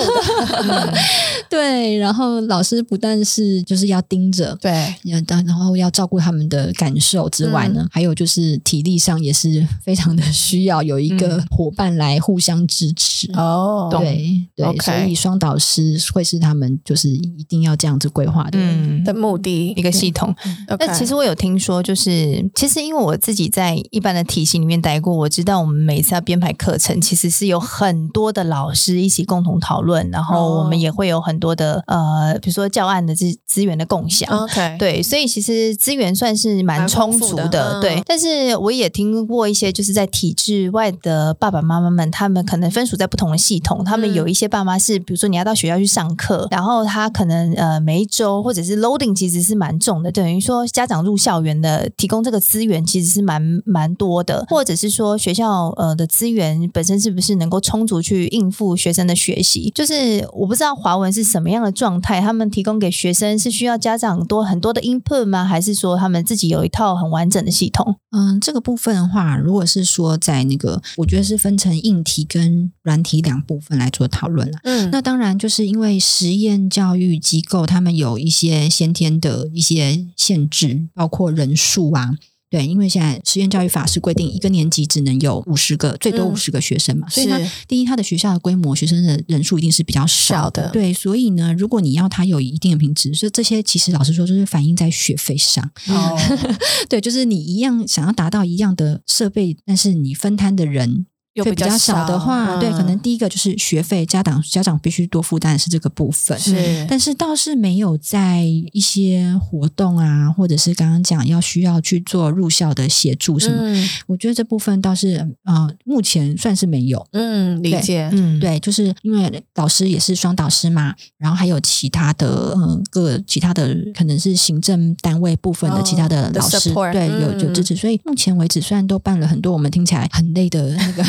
Speaker 2: 的。
Speaker 3: 对。然后老师不但是就是要盯着，
Speaker 2: 对，
Speaker 3: 要呃当然后要照顾他们的感受之外
Speaker 1: 嗯
Speaker 3: 呢，还有就是体力上也是非常的需要有一个
Speaker 1: 嗯
Speaker 3: 伙伴来互相支持。
Speaker 2: 哦
Speaker 1: 懂
Speaker 3: 对对
Speaker 2: OK
Speaker 3: 所以双导师会是他们就是一定要这样子规划的。
Speaker 1: 嗯
Speaker 2: 的，目的
Speaker 1: 一个系统。
Speaker 2: OK，
Speaker 1: 嗯那其实我有听说，就是其实因为我自己在一般的体系里面待过，我知道我们每次要编排课程，其实是有很多的老师一起共同讨论，然后我们也会有很多的呃，比如说教案的资资源的共享。
Speaker 2: OK，
Speaker 1: 对，所以其实资源算是蛮
Speaker 2: 蛮丰
Speaker 1: 充
Speaker 2: 富
Speaker 1: 足
Speaker 2: 的
Speaker 1: 的，
Speaker 2: 嗯
Speaker 1: 对。但是我也听过一些，就是在体制外的爸爸妈妈们，他们可能分属在不同的系统，他们
Speaker 2: 嗯
Speaker 1: 有一些爸妈是，比如说你要到学校去上课，然后他可能呃每一周或者是 loading 其实是蛮重的，等于说家长入校园的提供这个资源其实是蛮蛮多的，或者是说学校呃的资源本身是不是能够充足去应付学生的学习？就是我不知道华文是什么样的状态，他们提供给学生是需要家长多很多的 input 吗？还是说他们自己有一套很完整的系统？
Speaker 3: 嗯，这个部分的话，如果是说在那个，我觉得是分成硬体跟软体两部分来做讨论啦。
Speaker 2: 嗯
Speaker 3: 那当然，就是因为实验教育机构他们有一些先天的一些限制，包括人数啊。对，因为现在实验教育法是规定一个年级只能有五十个，最多
Speaker 2: 嗯
Speaker 3: 五十个学生嘛，所以它
Speaker 1: 是
Speaker 3: 第一，它的学校的规模，学生的人数一定是比较少
Speaker 2: 少的
Speaker 3: 对，所以呢，如果你要它有一定的品质，所以这些其实老实说，就是反映在学费上。
Speaker 1: 哦，
Speaker 3: 对，就是你一样想要达到一样的设备，但是你分摊的人
Speaker 2: 又
Speaker 3: 会比
Speaker 2: 较嗯
Speaker 3: 较少的话，对，可能第一个就是学费，家长家长必须多负担的是这个部分。
Speaker 2: 是
Speaker 3: 嗯但是倒是没有在一些活动啊，或者是刚刚讲要需要去做入校的协助什么，
Speaker 2: 嗯
Speaker 3: 我觉得这部分倒是呃，目前算是没有。
Speaker 2: 嗯理
Speaker 3: 对
Speaker 2: 解
Speaker 1: 嗯，
Speaker 3: 对，就是因为导师也是双导师嘛，然后还有其他的嗯各其他的可能是行政单位部分的
Speaker 2: 哦
Speaker 3: 其他的
Speaker 2: 的
Speaker 3: 老师，
Speaker 2: support，嗯
Speaker 3: 对，有有支持。所以目前为止，虽然都办了很多我们听起来很累的那个，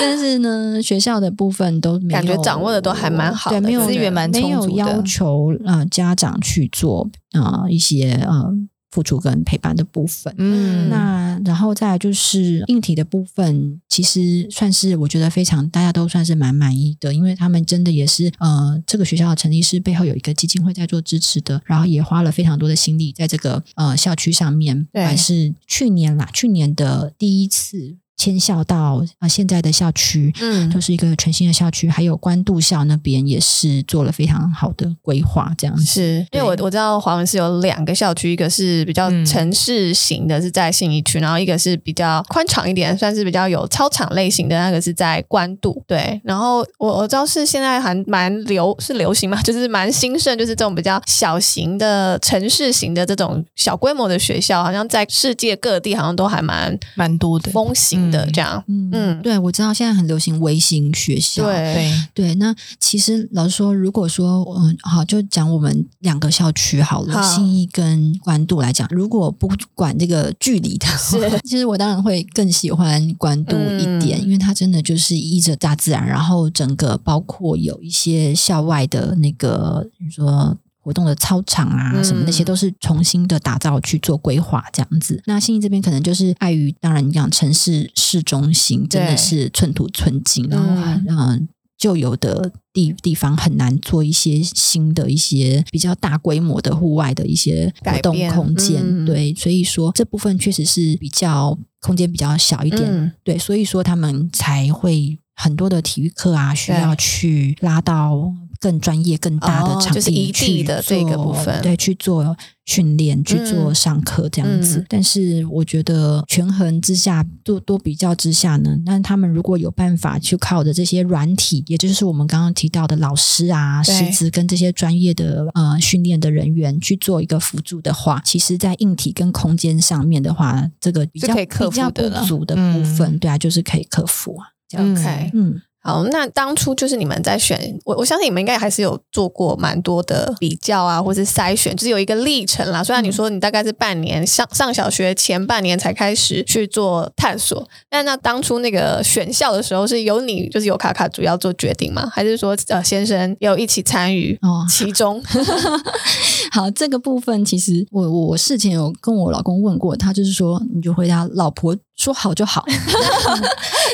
Speaker 3: 但是呢，学校的部分都没有
Speaker 2: 感觉掌握得都还蛮好
Speaker 3: 对，
Speaker 2: 的
Speaker 3: 没有
Speaker 2: 资
Speaker 1: 源蛮
Speaker 3: 没
Speaker 1: 充
Speaker 3: 有
Speaker 1: 足的
Speaker 3: 要求呃家长去做呃一些呃付出跟陪伴的部分。
Speaker 1: 嗯，
Speaker 3: 那然后再来就是硬体的部分，其实算是我觉得非常大家都算是蛮满意的，因为他们真的也是呃，这个学校的成立是背后有一个基金会在做支持的，然后也花了非常多的心力在这个呃校区上面，不
Speaker 2: 对
Speaker 3: 管是去年啦，去年的第一次迁校到呃现在的校区。
Speaker 2: 嗯
Speaker 3: 就是一个全新的校区，还有关渡校那边也是做了非常好的规划，这样子。
Speaker 2: 是因为我我知道华文是有两个校区，一个是比较
Speaker 1: 嗯
Speaker 2: 城市型的，是在信义区，然后一个是比较宽敞一点，算是比较有操场类型的，那个是在关渡。对，然后我我知道是现在还蛮流是流行嘛， 就是蛮兴盛，就是这种比较小型的城市型的这种小规模的学校，好像在世界各地好像都还蛮
Speaker 1: 蛮多的，
Speaker 2: 风行的
Speaker 1: 嗯
Speaker 2: 这样。
Speaker 3: 嗯
Speaker 2: 嗯
Speaker 3: 对，我知道现在很流行微型学校，
Speaker 2: 对，
Speaker 1: 对，
Speaker 3: 对，那其实老实说，如果说嗯，好，就讲我们两个校区好了，
Speaker 2: 好
Speaker 3: 信义跟关渡来讲，如果不管这个距离的话，其实我当然会更喜欢关渡一点，
Speaker 2: 嗯
Speaker 3: 因为它真的就是依着大自然，然后整个包括有一些校外的那个，比如说。活动的操场啊，什么那些
Speaker 2: 嗯
Speaker 3: 都是重新的打造去做规划这样子。那信义这边可能就是碍于，当然你讲城市市中心真的
Speaker 2: 对
Speaker 3: 是寸土寸金，然后
Speaker 2: 嗯
Speaker 3: 嗯、呃旧有的地地方很难做一些新的一些比较大规模的户外的一些活
Speaker 2: 改
Speaker 3: 动
Speaker 2: 变
Speaker 3: 空间，
Speaker 2: 嗯
Speaker 3: 对，所以说这部分确实是比较空间比较小一点，
Speaker 2: 嗯，
Speaker 3: 对，所以说他们才会很多的体育课啊，需
Speaker 2: 对
Speaker 3: 要去拉到更专业、更大的
Speaker 2: 哦
Speaker 3: 场
Speaker 2: 就是
Speaker 3: 地
Speaker 2: 一地
Speaker 3: 去
Speaker 2: 的这个部
Speaker 3: 做
Speaker 2: 分
Speaker 3: 对，去做训练、去做
Speaker 2: 嗯
Speaker 3: 上课这样子。
Speaker 2: 嗯
Speaker 3: 但是我觉得权衡之下，多多比较之下呢，那他们如果有办法去靠着这些软体，也就是我们刚刚提到的老师啊、
Speaker 2: 对
Speaker 3: 师资跟这些专业的呃训练的人员去做一个辅助的话，其实在硬体跟空间上面的话，这个比
Speaker 2: 是
Speaker 3: 较
Speaker 2: 可以克
Speaker 3: 比较
Speaker 2: 服的
Speaker 3: 不
Speaker 2: 啦
Speaker 3: 足的部
Speaker 1: 嗯
Speaker 3: 分，对啊，就是可以克服啊，这样。
Speaker 1: 嗯
Speaker 2: OK
Speaker 3: 嗯，
Speaker 2: 好，那当初就是你们在选我，我相信你们应该还是有做过蛮多的比较啊，或是筛选，就是有一个历程啦。虽然你说你大概是半年上上小学前半年才开始去做探索，但那当初那个选校的时候，是由你就是由卡卡主要做决定吗？还是说呃先生有一起参与
Speaker 3: 哦
Speaker 2: 其中？
Speaker 3: 好，这个部分其实我我我事前有跟我老公问过，他就是说你就回答老婆说好就 好，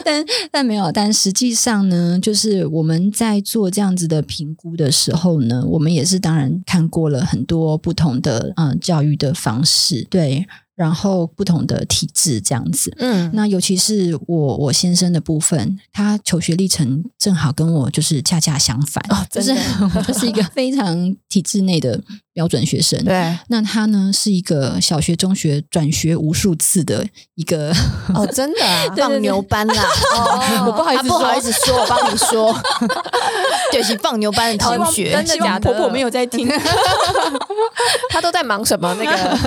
Speaker 3: 但但没有，但实际上呢，就是我们在做这样子的评估的时候呢，我们也是当然看过了很多不同的嗯、呃教育的方式，对，然后不同的体制这样子，
Speaker 2: 嗯，
Speaker 3: 那尤其是我我先生的部分，他求学历程正好跟我就是恰恰相反，
Speaker 2: 哦
Speaker 3: 就
Speaker 2: 真
Speaker 3: 是
Speaker 2: 的
Speaker 3: 我就是一个非常体制内的标准学生。
Speaker 2: 对，
Speaker 3: 那他呢是一个小学、中学转学无数次的一个，
Speaker 2: 哦，真的啊，
Speaker 3: 对
Speaker 1: 放牛班啦，
Speaker 2: 哦
Speaker 1: 我不好意思、
Speaker 3: 说
Speaker 1: 不好意思说，我帮你说， 就是放牛班的同学，
Speaker 2: 真的
Speaker 3: 希望
Speaker 2: 假的
Speaker 3: 婆婆没有 在听。
Speaker 2: 他都在忙什么？那个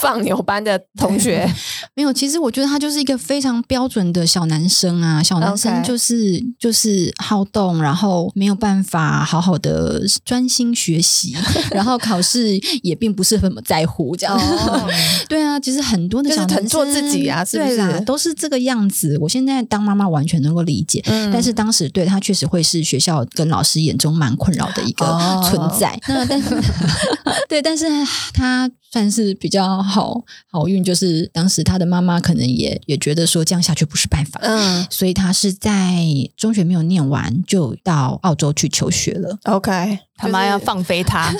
Speaker 2: 放牛班的同学，
Speaker 3: 没有，其实我觉得他就是一个非常标准的小男生啊，小男生
Speaker 2: OK
Speaker 3: 就是就是好动，然后没有办法好好的专心学习， 然后考试也并不是很在乎这样。
Speaker 2: 哦，
Speaker 3: 对啊，其实很多的
Speaker 2: 就是
Speaker 3: 小
Speaker 2: 很
Speaker 3: 男生
Speaker 2: 做自己啊是不
Speaker 3: 对啦
Speaker 2: 是
Speaker 3: 都是这个样子。我现在当妈妈完全能够理解，
Speaker 2: 嗯
Speaker 3: 但是当时对他确实会是学校跟老师眼中蛮困扰的一个
Speaker 2: 哦
Speaker 3: 存在。 那但 对，但是他算是比较好好运，就是当时他的妈妈可能也也觉得说这样下去不是办法。
Speaker 2: 嗯
Speaker 3: 所以他是在中学没有念完，就到澳洲去求学了。
Speaker 2: ，OK，
Speaker 1: 他妈要
Speaker 2: 就是
Speaker 1: 放飞他，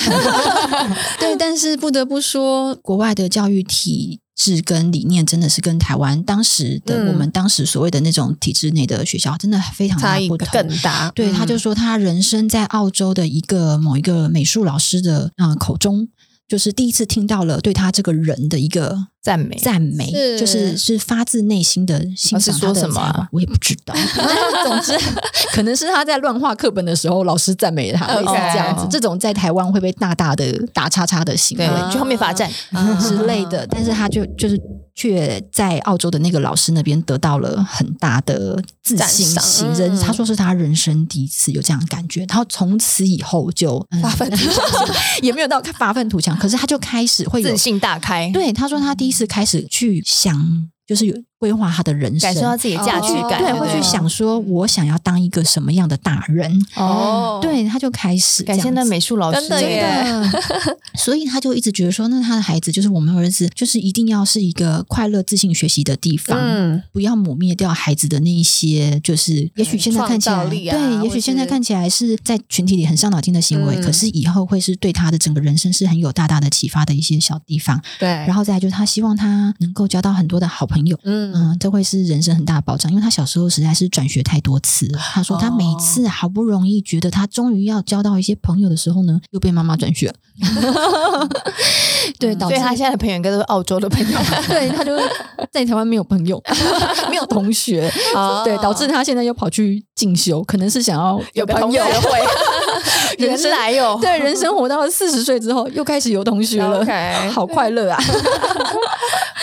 Speaker 3: 对，但是不得不说，国外的教育体制跟理念真的是跟台湾当时的、
Speaker 2: 嗯
Speaker 3: 我们当时所谓的那种体制内的学校真的非常大
Speaker 2: 差异
Speaker 3: 啊不同
Speaker 2: 更。大。
Speaker 3: 对，他就
Speaker 2: 嗯
Speaker 3: 说他人生在澳洲的一个某一个美术老师的嗯、呃口中，就是第一次听到了对他这个人的一个
Speaker 1: 赞美
Speaker 3: 赞美，
Speaker 2: 是
Speaker 3: 就是是发自内心的
Speaker 1: 老
Speaker 3: 欣赏
Speaker 1: 师
Speaker 3: 他
Speaker 1: 说
Speaker 3: 的
Speaker 1: 什么啊
Speaker 3: 才华我也不知道。 总之，可能是他在乱画课本的时候，老师赞美他，类似
Speaker 2: OK
Speaker 3: 这样子。这种在台湾会被大大的打叉叉的行
Speaker 1: 对，
Speaker 3: 为。
Speaker 2: 啊
Speaker 1: 你去后面罚站。
Speaker 3: 哎
Speaker 2: 啊
Speaker 3: 之类的，但是他就就是却在澳洲的那个老师那边得到了很大的自信
Speaker 2: 赞赏
Speaker 3: 心，人、
Speaker 2: 嗯
Speaker 3: 他说是他人生第一次有这样的感觉，然后从此以后就、嗯
Speaker 2: 发愤图强
Speaker 3: 也没有到发愤图强，可是他就开始会有
Speaker 1: 自信大开，
Speaker 3: 对他说他第一次开始去想，就是有规划他的人生
Speaker 1: 感，受到自己的价值感，
Speaker 3: 哦对，
Speaker 2: 对
Speaker 3: 会去
Speaker 2: 对嗯
Speaker 3: 想说我想要当一个什么样的大人，
Speaker 2: 哦，
Speaker 3: 对，他就开始
Speaker 1: 感
Speaker 3: 这
Speaker 1: 谢
Speaker 3: 样
Speaker 1: 那
Speaker 3: 子
Speaker 1: 美术老师，
Speaker 2: 真的耶
Speaker 3: 的 所以他就一直觉得说，那他的孩子就是我们儿子，就是一定要是一个快乐、自信学习的地方。
Speaker 2: 嗯，
Speaker 3: 不要抹灭掉孩子的那一些，就是也许现在看起来，
Speaker 2: 创造力啊
Speaker 3: 对，也许现在
Speaker 2: 或是
Speaker 3: 看起来是在群体里很伤脑筋的行为，
Speaker 2: 嗯
Speaker 3: 可是以后会是对他的整个人生是很有大大的启发的一些小地方。
Speaker 2: 对，然
Speaker 3: 然后再来就是他希望他能够交到很多的好朋友，
Speaker 2: 嗯，
Speaker 3: 嗯，这会是人生很大的保障，因为他小时候实在是转学太多次 了。他说他每次好不容易觉得他终于要交到一些朋友的时候呢，又被妈妈转学了。 对，导
Speaker 1: 所
Speaker 3: 致
Speaker 1: 以他现在的朋友应该都是澳洲的朋友，
Speaker 3: 对嗯他就是在台湾没有朋友， 没有同 学，
Speaker 2: 哦
Speaker 3: 对，导致他现在又跑去进修，可能是想要
Speaker 2: 有
Speaker 3: 朋
Speaker 2: 朋友
Speaker 3: 友。
Speaker 2: 会
Speaker 3: 人
Speaker 1: 原
Speaker 3: 生
Speaker 1: 来哦，
Speaker 3: 对，人生活到了四十岁之后，又开始有同学了
Speaker 2: OK
Speaker 3: 好快乐啊！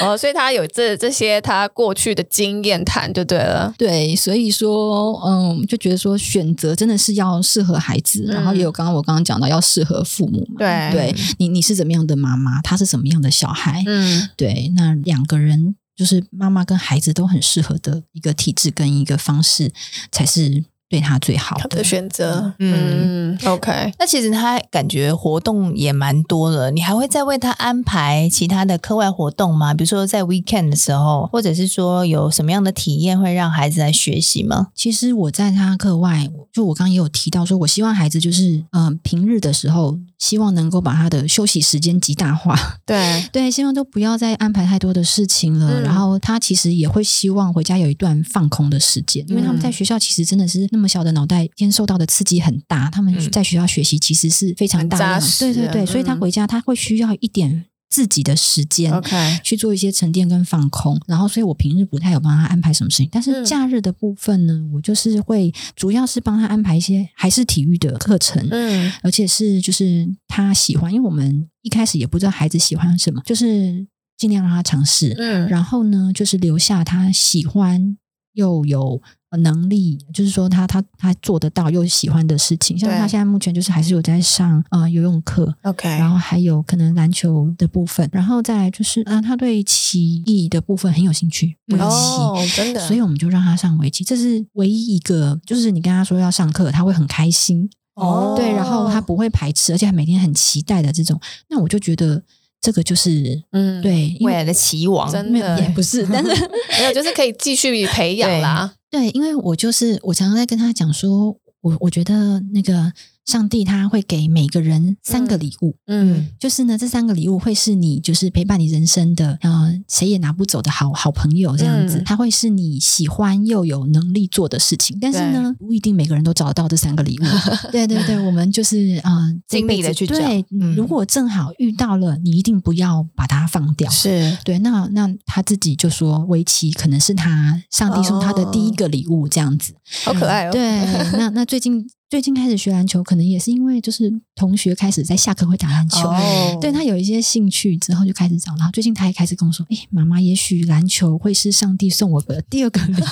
Speaker 2: 哦，所以他有这这些他过去的经验谈就对了。
Speaker 3: 对，所以说，嗯，就觉得说选择真的是要适合孩子，然后也有刚刚我刚刚讲到要适合父母嘛。
Speaker 2: 对
Speaker 3: 对你你是怎么样的妈妈，他是怎么样的小孩，
Speaker 2: 嗯，
Speaker 3: 对，那两个人就是妈妈跟孩子都很适合的一个体质跟一个方式，才是对他最好
Speaker 2: 他
Speaker 3: 的
Speaker 2: 的。选择，
Speaker 1: 嗯
Speaker 2: 嗯，OK，
Speaker 1: 那其实他感觉活动也蛮多的，你还会再为他安排其他的课外活动吗？比如说在 weekend 的时候，或者是说有什么样的体验会让孩子来学习吗？
Speaker 3: 其实我在他课外，就我刚刚也有提到说，我希望孩子就是，嗯、平日的时候，希望能够把他的休息时间极大化。
Speaker 2: 对，
Speaker 3: 对，希望都不要再安排太多的事情了。
Speaker 2: 嗯
Speaker 3: 然后他其实也会希望回家有一段放空的时间，因为
Speaker 2: 嗯
Speaker 3: 他们在学校其实真的是那么小的脑袋，天受到的刺激很大，他们
Speaker 1: 嗯
Speaker 3: 在学校学习其实是非常
Speaker 2: 很
Speaker 3: 大
Speaker 2: 扎
Speaker 3: 量的，
Speaker 2: 实
Speaker 3: 对对
Speaker 2: 的
Speaker 3: 对，所以他
Speaker 2: 嗯
Speaker 3: 回家他会需要一点自己的时间。
Speaker 2: OK
Speaker 3: 去做一些沉淀跟放空，然后所以我平日不太有帮他安排什么事情，但是
Speaker 2: 嗯
Speaker 3: 假日的部分呢，我就是会主要是帮他安排一些还是体育的课程，
Speaker 2: 嗯，
Speaker 3: 而且是就是他喜欢，因为我们一开始也不知道孩子喜欢什么，就是尽量让他尝试。
Speaker 2: 嗯，
Speaker 3: 然后呢，就是留下他喜欢又有呃能力，就是说他他他做得到又喜欢的事情。像
Speaker 2: 对
Speaker 3: 他现在目前就是还是有在上啊、呃游泳课。
Speaker 2: OK，
Speaker 3: 然后还有可能篮球的部分，然后再来就是啊、他对棋艺的部分很有兴趣，围棋、
Speaker 2: 哦，真的，
Speaker 3: 所以我们就让他上围棋，这是唯一一个，就是你跟他说要上课，他会很开心，
Speaker 2: 哦
Speaker 3: 对，然后他不会排斥，而且他每天很期待的这种，那我就觉得这个就是
Speaker 2: 嗯，
Speaker 3: 对，因
Speaker 1: 未
Speaker 3: 为
Speaker 1: 来的棋王，
Speaker 2: 真
Speaker 3: 没有
Speaker 2: 的
Speaker 3: 也不是，但是
Speaker 2: 没有，就是可以继续培养啦。
Speaker 3: 对，因为我就是我常常在跟他讲说，我我觉得那个上帝他会给每个人三个礼物。
Speaker 2: 嗯，
Speaker 3: 就是呢，这三个礼物会是你就是陪伴你人生的，呃，谁也拿不走的好好朋友这样子，
Speaker 2: 嗯
Speaker 3: 他会是你喜欢又有能力做的事情，但是呢，不一定每个人都找得到这三个礼 物。对对对，我们就是呃，这
Speaker 1: 尽力
Speaker 3: 辈子
Speaker 1: 地去找
Speaker 3: 对，
Speaker 1: 嗯
Speaker 3: 如果正好遇到了，你一定不要把它放
Speaker 2: 嗯
Speaker 3: 掉。
Speaker 2: 是
Speaker 3: 对，那那他自己就说，围棋可能是他上帝送他的第一个礼物，这样子。
Speaker 2: 好可爱哦。
Speaker 3: 对，那那最近最近开始学篮球，可能也是因为就是同学开始在下课会打篮球，
Speaker 2: 哦，
Speaker 3: 对他有一些兴趣之后就开始找。然后最近他也开始跟我说：“哎、妈妈，也许篮球会是上帝送我的第二个礼物。”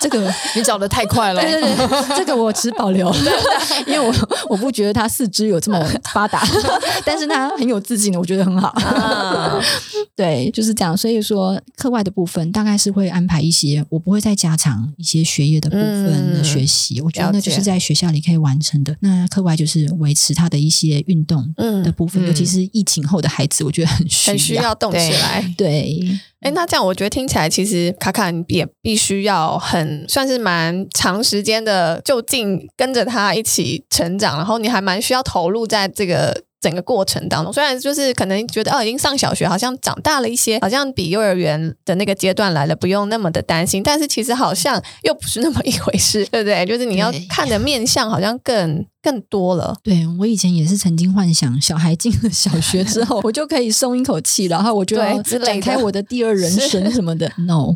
Speaker 3: 这个
Speaker 1: 你找的太快了
Speaker 3: 对对对，这个我持保留，因为我我不觉得他四肢有这么发达， 但是他很有自信的，我觉得很好。
Speaker 2: 啊，
Speaker 3: 对，就是这样。所以说，课外的部分大概是会安排一些，我不会再加强一些学业的部分的学习。我觉得那
Speaker 2: 嗯了解
Speaker 3: 就是在学校里可以完成的。那课外就是维持他的一些运动的
Speaker 2: 嗯，
Speaker 3: 部分，
Speaker 1: 嗯
Speaker 3: 尤其是疫情后的孩子，我觉得很需要。
Speaker 2: 很需要动起来。
Speaker 3: 对，
Speaker 2: 哎，那这样我觉得听起来，其实卡卡你也必须要很算是蛮长时间的，就近跟着他一起成长，然后你还蛮需要投入在这个。整个过程当中，虽然就是可能觉得哦，已经上小学，好像长大了一些，好像比幼儿园的那个阶段来了，不用那么的担心，但是其实好像又不是那么一回事，对不 对？就是你要
Speaker 3: 对
Speaker 2: 看的面相好像更更多了。
Speaker 3: 对我以前也是曾经幻想，小孩进了小学之后，我就可以松一口气，然后我就要
Speaker 2: 对之类
Speaker 3: 展
Speaker 2: 的
Speaker 3: 开我的第二人生什么的。No，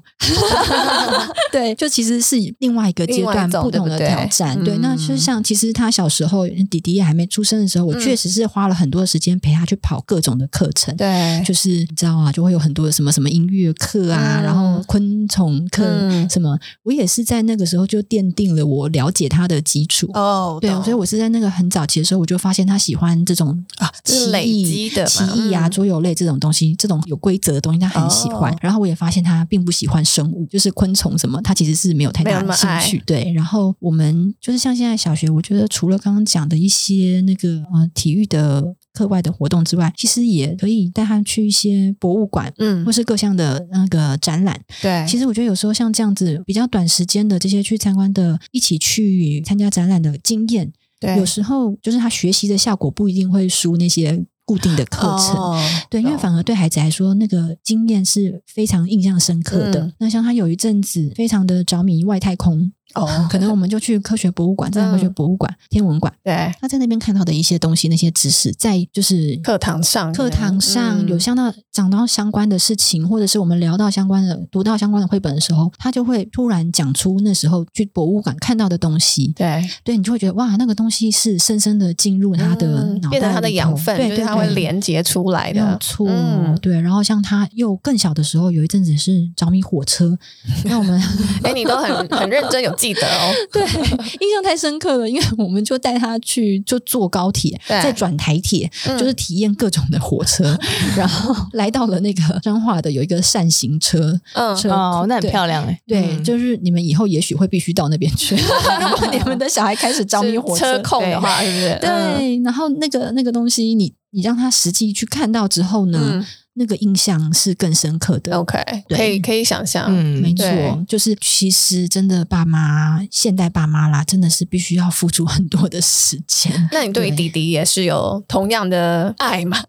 Speaker 3: 对，就其实是另外一个阶
Speaker 2: 另外
Speaker 3: 段
Speaker 2: 一种
Speaker 3: 不同的
Speaker 2: 对不对
Speaker 3: 挑战。
Speaker 1: 嗯
Speaker 3: 对，那就像其实他小时候弟弟还没出生的时候，我
Speaker 2: 嗯
Speaker 3: 确实是花了很多的时间陪他去跑各种的课程。
Speaker 2: 对
Speaker 3: 就是你知道啊，就会有很多什么什么音乐课啊，
Speaker 2: 嗯
Speaker 3: 然后昆虫课、
Speaker 2: 嗯
Speaker 3: 什么，我也是在那个时候就奠定了我了解他的基础。
Speaker 2: 哦，
Speaker 3: 对，啊
Speaker 2: 懂
Speaker 3: 所以我是在那个很早期的时候，我就发现他喜欢这种啊
Speaker 2: 就是
Speaker 3: 奇
Speaker 2: 累
Speaker 3: 异
Speaker 2: 积的嘛
Speaker 3: 奇异啊、
Speaker 2: 嗯
Speaker 3: 桌游类这种东西，这种有规则的东西，他很喜欢。
Speaker 2: 哦
Speaker 3: 然后我也发现他并不喜欢生物，就是昆虫什么，他其实是没有太
Speaker 2: 没有那
Speaker 3: 大的
Speaker 2: 么
Speaker 3: 兴
Speaker 2: 爱
Speaker 3: 趣。对，然后我们就是像现在小学，我觉得除了刚刚讲的一些那个呃体育的课外的活动之外，其实也可以带他去一些博物馆。
Speaker 2: 嗯
Speaker 3: 或，是各项的那个展览，
Speaker 2: 对，
Speaker 3: 其实我觉得有时候像这样子比较短时间的这些去参观的，一起去参加展览的经验，
Speaker 2: 对
Speaker 3: 有时候就是他学习的效果不一定会输那些固定的课程。
Speaker 2: 哦
Speaker 3: 对，因为
Speaker 2: 懂
Speaker 3: 反而对孩子来说，那个经验是非常印象深刻的。
Speaker 2: 嗯
Speaker 3: 那像他有一阵子非常的着迷外太空，
Speaker 2: 哦，
Speaker 3: 可能我们就去科学博物 馆、自然
Speaker 2: 嗯
Speaker 3: 科学博物馆、天文馆，
Speaker 2: 对，
Speaker 3: 他在那边看到的一些东西、那些知识，在就是
Speaker 2: 课堂上可
Speaker 3: 课
Speaker 2: 能，
Speaker 3: 堂上有
Speaker 2: 嗯
Speaker 3: 相当讲到相关的事情，或者是我们聊到相关的、读到相关的绘本的时候，他就会突然讲出那时候去博物馆看到的东西。
Speaker 2: 对，
Speaker 3: 对你就会觉得哇，那个东西是深深的进入他的
Speaker 2: 嗯
Speaker 3: 脑袋里头、
Speaker 2: 变成他的养分，
Speaker 3: 对
Speaker 2: 就
Speaker 3: 对
Speaker 2: 是
Speaker 3: 对，
Speaker 2: 它会连接出来
Speaker 3: 没有
Speaker 2: 的，
Speaker 3: 错、
Speaker 2: 嗯
Speaker 3: 对。然后像他又更小的时候，有一阵子是着迷火车，那 我们
Speaker 2: 哎、你都很很认真，有记得哦。
Speaker 3: 对印象太深刻了，因为我们就带他去就坐高铁，
Speaker 2: 对
Speaker 3: 再转台铁，
Speaker 2: 嗯
Speaker 3: 就是体验各种的火 车，然后来到了那个彰化的有一个扇形车，
Speaker 2: 嗯
Speaker 3: 车
Speaker 1: 哦
Speaker 3: 库，
Speaker 1: 那很
Speaker 3: 对
Speaker 1: 漂亮哎、
Speaker 3: 对，
Speaker 1: 嗯
Speaker 3: 就是你们以后也许会必须到那边 去，
Speaker 2: 嗯
Speaker 3: 如果你们的小孩开始着迷
Speaker 2: 是
Speaker 3: 火
Speaker 2: 车控的话，是不是？嗯，
Speaker 3: 对，然后那个那个东西你，你让他实际去看到之后呢，
Speaker 2: 嗯
Speaker 3: 那个印象是更深刻的。
Speaker 2: ，OK，
Speaker 3: 对
Speaker 2: 可以可以想象，
Speaker 1: 嗯
Speaker 3: 没错
Speaker 2: 哦对，。
Speaker 3: 就是其实真的爸妈，现代爸妈啦，真的是必须要付出很多的时间
Speaker 2: 那你对于
Speaker 3: 对
Speaker 2: 弟弟也是有同样的爱嘛？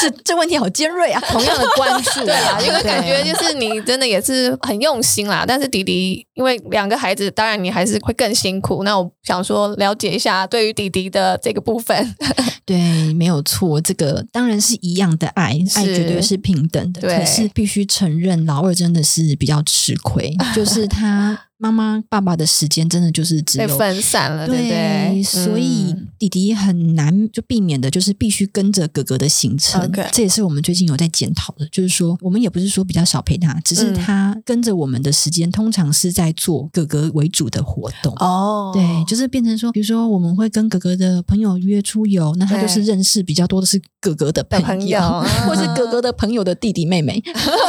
Speaker 3: 这这问题好尖锐啊！
Speaker 1: 同样的关 注、
Speaker 2: 对 啊，因为感觉
Speaker 1: 对啊
Speaker 2: 就是你真的也是很用心啦。但是弟弟，因为两个孩子，当然你还是会更辛苦。那我想说，了解一下对于弟弟的这个部分，
Speaker 3: 对，没有错，这个当然是一样的爱，爱
Speaker 2: 是
Speaker 3: 绝对是平等的。
Speaker 2: 对
Speaker 3: 可是必须承认，老二真的是比较吃亏，就是他妈妈、爸爸的时间真的就是只
Speaker 2: 被
Speaker 3: 有
Speaker 2: 分散了，对不对？
Speaker 3: 所以
Speaker 2: 嗯
Speaker 3: 弟弟很难就避免的，就是必须跟着哥哥的行程。
Speaker 2: OK
Speaker 3: 这也是我们最近有在检讨的，就是说我们也不是说比较少陪他，只是
Speaker 2: 嗯
Speaker 3: 他跟着我们的时间，通常是在做哥哥为主的活动。
Speaker 2: 哦，
Speaker 3: 对，就是变成说，比如说我们会跟哥哥的朋友约出游，那他
Speaker 2: 对
Speaker 3: 就是认识比较多的是哥哥的朋
Speaker 2: 的朋友 啊
Speaker 3: 或是哥哥的朋友的弟弟妹妹，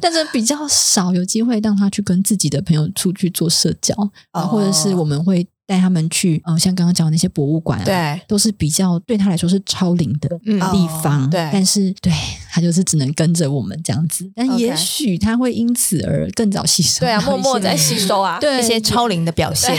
Speaker 3: 但是比较少有机会让他去跟自己的朋友出去做社交，
Speaker 2: 哦
Speaker 3: 啊，或者是我们会带他们去，呃，像刚刚讲的那些博物馆、啊，，
Speaker 2: 对，
Speaker 3: 都是比较对他来说是超龄的
Speaker 1: 嗯
Speaker 3: 地方，
Speaker 2: 哦对
Speaker 3: 但是对他就是只能跟着我们这样子，但
Speaker 2: OK
Speaker 3: 也许他会因此而更早吸收
Speaker 2: 对
Speaker 3: 到一
Speaker 2: 啊，
Speaker 3: 些，
Speaker 2: 默默在吸收啊，
Speaker 3: 对
Speaker 1: 一些超龄的表现，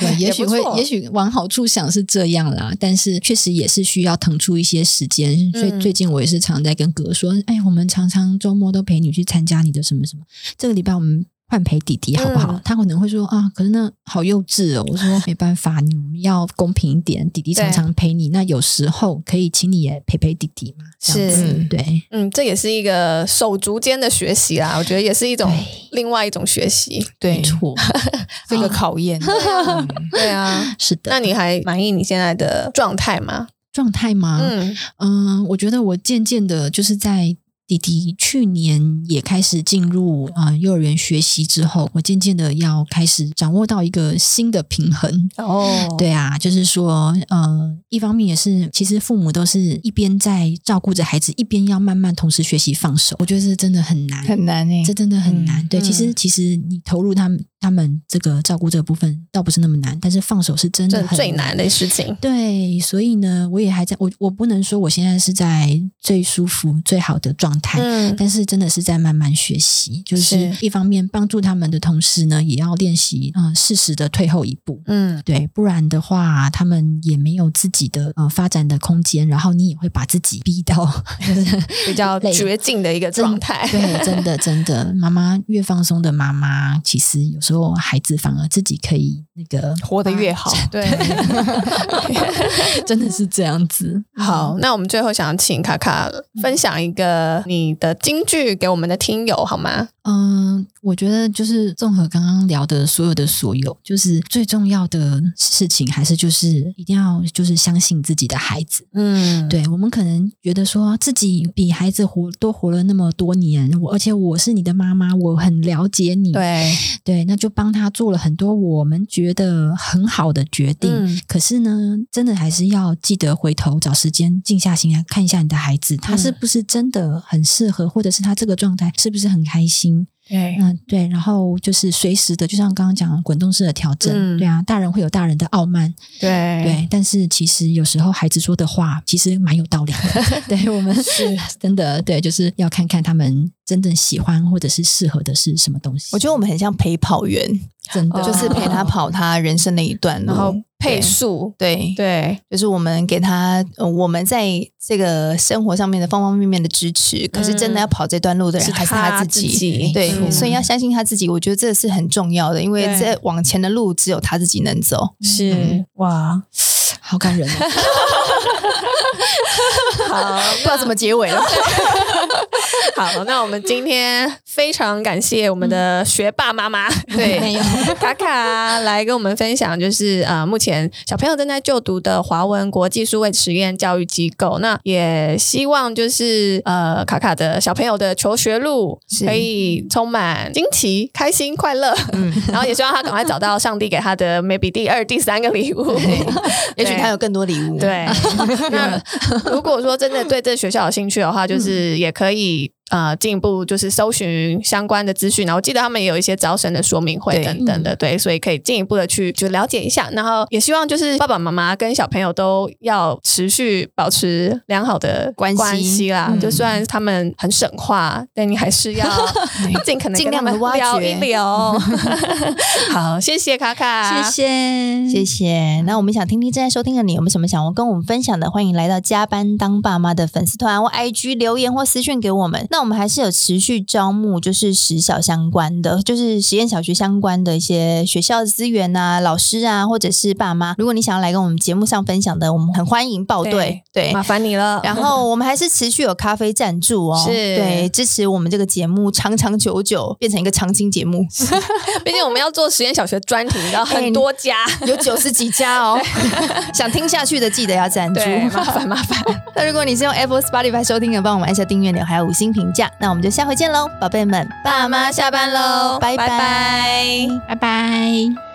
Speaker 3: 对，也 许
Speaker 2: 也不
Speaker 3: 会
Speaker 2: 错，
Speaker 3: 也许往好处想是这样啦，但是确实也是需要腾出一些时间。所以
Speaker 2: 嗯
Speaker 3: 最近我也是常在跟哥说，哎，我们常常周末都陪你去参加你的什么什么，这个礼拜我们。换陪弟弟好不好？
Speaker 2: 嗯
Speaker 3: 他可能会说啊，可是那好幼稚哦。我说没办法，你们要公平一点。弟弟常
Speaker 2: 对
Speaker 3: 常陪你，那有时候可以请你也陪陪弟弟嘛。这样
Speaker 2: 是
Speaker 3: 子
Speaker 1: 嗯
Speaker 3: 对，
Speaker 2: 嗯，这也是一个手足间的学习啦，我觉得也是一种
Speaker 3: 对
Speaker 2: 另外一种学 习。
Speaker 1: 对
Speaker 3: 没，错，
Speaker 1: 这个考验，嗯
Speaker 2: 对啊，
Speaker 3: 是
Speaker 2: 那
Speaker 3: 的。
Speaker 2: 你还满意你现在的状态吗？
Speaker 3: 状态吗？
Speaker 2: 嗯，
Speaker 3: 嗯，我觉得我渐渐的，就是在弟弟去年也开始进入啊、呃幼儿园学习之后，我渐渐的要开始掌握到一个新的平衡。
Speaker 2: 哦，
Speaker 3: 对啊，就是说，呃，一方面也是，其实父母都是一边在照顾着孩子，一边要慢慢同时学习放手。我觉得这真的很难，
Speaker 1: 很难哎、
Speaker 3: 这真的很难。
Speaker 1: 嗯
Speaker 3: 对，其实
Speaker 2: 嗯
Speaker 3: 其实你投入他们他们这个照顾这部分倒不是那么难，但是放手是真
Speaker 2: 这
Speaker 3: 的很
Speaker 2: 最难的事情。
Speaker 3: 对，所以呢，我也还在我我不能说我现在是在最舒服、最好的状态，
Speaker 2: 嗯，
Speaker 3: 但是真的是在慢慢学习，就是
Speaker 2: 是
Speaker 3: 一方面帮助他们的同时呢，也要练习啊、呃适时的退后一步。
Speaker 2: 嗯，
Speaker 3: 对，不然的话，他们也没有自己的呃发展的空间，然后你也会把自己逼到
Speaker 2: 比较
Speaker 3: 累
Speaker 2: 绝境的一个状态。
Speaker 3: 对，真的真的，妈妈越放松的妈妈，其实有时候孩子反而自己可以那个
Speaker 1: 活得越好，
Speaker 2: 对，
Speaker 3: 真的是这样子。
Speaker 2: 好，那我们最后想请卡卡分享一个你的金句给我们的听友好吗？
Speaker 3: 嗯，我觉得就是综合刚刚聊的所有的所有，就是最重要的事情，还是就是一定要就是相信自己的孩子。
Speaker 2: 嗯，
Speaker 3: 对我们可能觉得说自己比孩子活多活了那么多年，我而且我是你的妈妈，我很了解你，
Speaker 2: 对，
Speaker 3: 对那就帮他做了很多我们觉得很好的决定。
Speaker 2: 嗯
Speaker 3: 可是呢，真的还是要记得回头找时间静下心来看一下你的孩子，
Speaker 2: 嗯
Speaker 3: 他是不是真的很适合，或者是他这个状态是不是很开心？
Speaker 2: 对，
Speaker 3: 嗯，对。然后就是随时的，就像刚刚讲的滚动式的调整，
Speaker 2: 嗯
Speaker 3: 对啊，大人会有大人的傲慢，
Speaker 2: 对，
Speaker 3: 对。但是其实有时候孩子说的话其实蛮有道理 的，对我们是 真的对，就是要看看他们真正喜欢或者是适合的是什么东西。
Speaker 1: 我觉得我们很像陪跑员，
Speaker 3: 真的
Speaker 2: 哦
Speaker 1: 就是陪他跑他人生的一段路，
Speaker 2: 然后配速，
Speaker 1: 对。
Speaker 2: 对，
Speaker 1: 就是我们给他、呃我们在这个生活上面的方方面面的支持，可是真的要跑这段路的人、嗯
Speaker 2: 是
Speaker 1: 还是
Speaker 2: 他
Speaker 1: 自己。
Speaker 2: 己
Speaker 1: 对，
Speaker 2: 嗯
Speaker 1: 所以要相信他自己，我觉得这是很重要的，因为
Speaker 2: 对
Speaker 1: 这往前的路只有他自己能走。
Speaker 2: 是哇，
Speaker 3: 好感人、哦。
Speaker 2: 好
Speaker 1: 不知道怎么结 尾了。
Speaker 2: 好，那我们今天非常感谢我们的学霸妈妈， 对
Speaker 3: 没有
Speaker 2: 卡卡来跟我们分享，就是呃，目前小朋友正在就读的华文国际数位实验教育机构。那也希望就是呃，卡卡的小朋友的求学路
Speaker 1: 是
Speaker 2: 可以充满惊奇、开心、快乐。
Speaker 1: 嗯，
Speaker 2: 然后也希望他赶快找到上帝给他的 maybe 第二、第三个礼物。
Speaker 1: 对，也许他有更多礼物。，
Speaker 2: 对，那如果说真的对这学校有兴趣的话，就是
Speaker 1: 嗯
Speaker 2: 也可以呃进一步就是搜寻相关的资讯，然后记得他们也有一些招生的说明会
Speaker 1: 对嗯
Speaker 2: 等等的，对，所以可以进一步的去就了解一下，然后也希望就是爸爸妈妈跟小朋友都要持续保持良好的
Speaker 1: 关系
Speaker 2: 关系啦，
Speaker 1: 嗯
Speaker 2: 就算他们很省话，但你还是 要尽可能
Speaker 1: 尽
Speaker 2: 跟他
Speaker 1: 量地
Speaker 2: 们
Speaker 1: 挖
Speaker 2: 聊
Speaker 1: 掘
Speaker 2: 一 聊。好，谢谢卡卡，
Speaker 3: 谢
Speaker 2: 嗯
Speaker 3: 谢，
Speaker 1: 谢谢。那我们想听听正在收听的你有没有什么想要跟我们分享的？欢迎来到加班当爸妈的粉丝团或 IG 留言或私讯给我们。那我们还是有持续招募，就是实小相关的，就是实验小学相关的一些学校资源啊、老师啊，或者是爸妈。如果你想要来跟我们节目上分享的，我们很欢迎报队。对。
Speaker 2: 麻烦你了。
Speaker 1: 然后我们还是持续有咖啡赞助哦，
Speaker 2: 是
Speaker 1: 对支持我们这个节目长长久久变成一个长青节目，
Speaker 2: 毕竟我们要做实验小学专题，然后很多家，
Speaker 1: 有九十几家哦，想听下去的记得要赞助。
Speaker 2: 对，麻烦麻烦，
Speaker 1: 那如果你是用 Apple Spotify 收听的，帮我们按下订阅钮，还有五星评价。那我们就下回见喽，宝贝们，
Speaker 2: 爸妈下班喽
Speaker 1: 拜拜
Speaker 2: 拜拜
Speaker 3: 拜拜。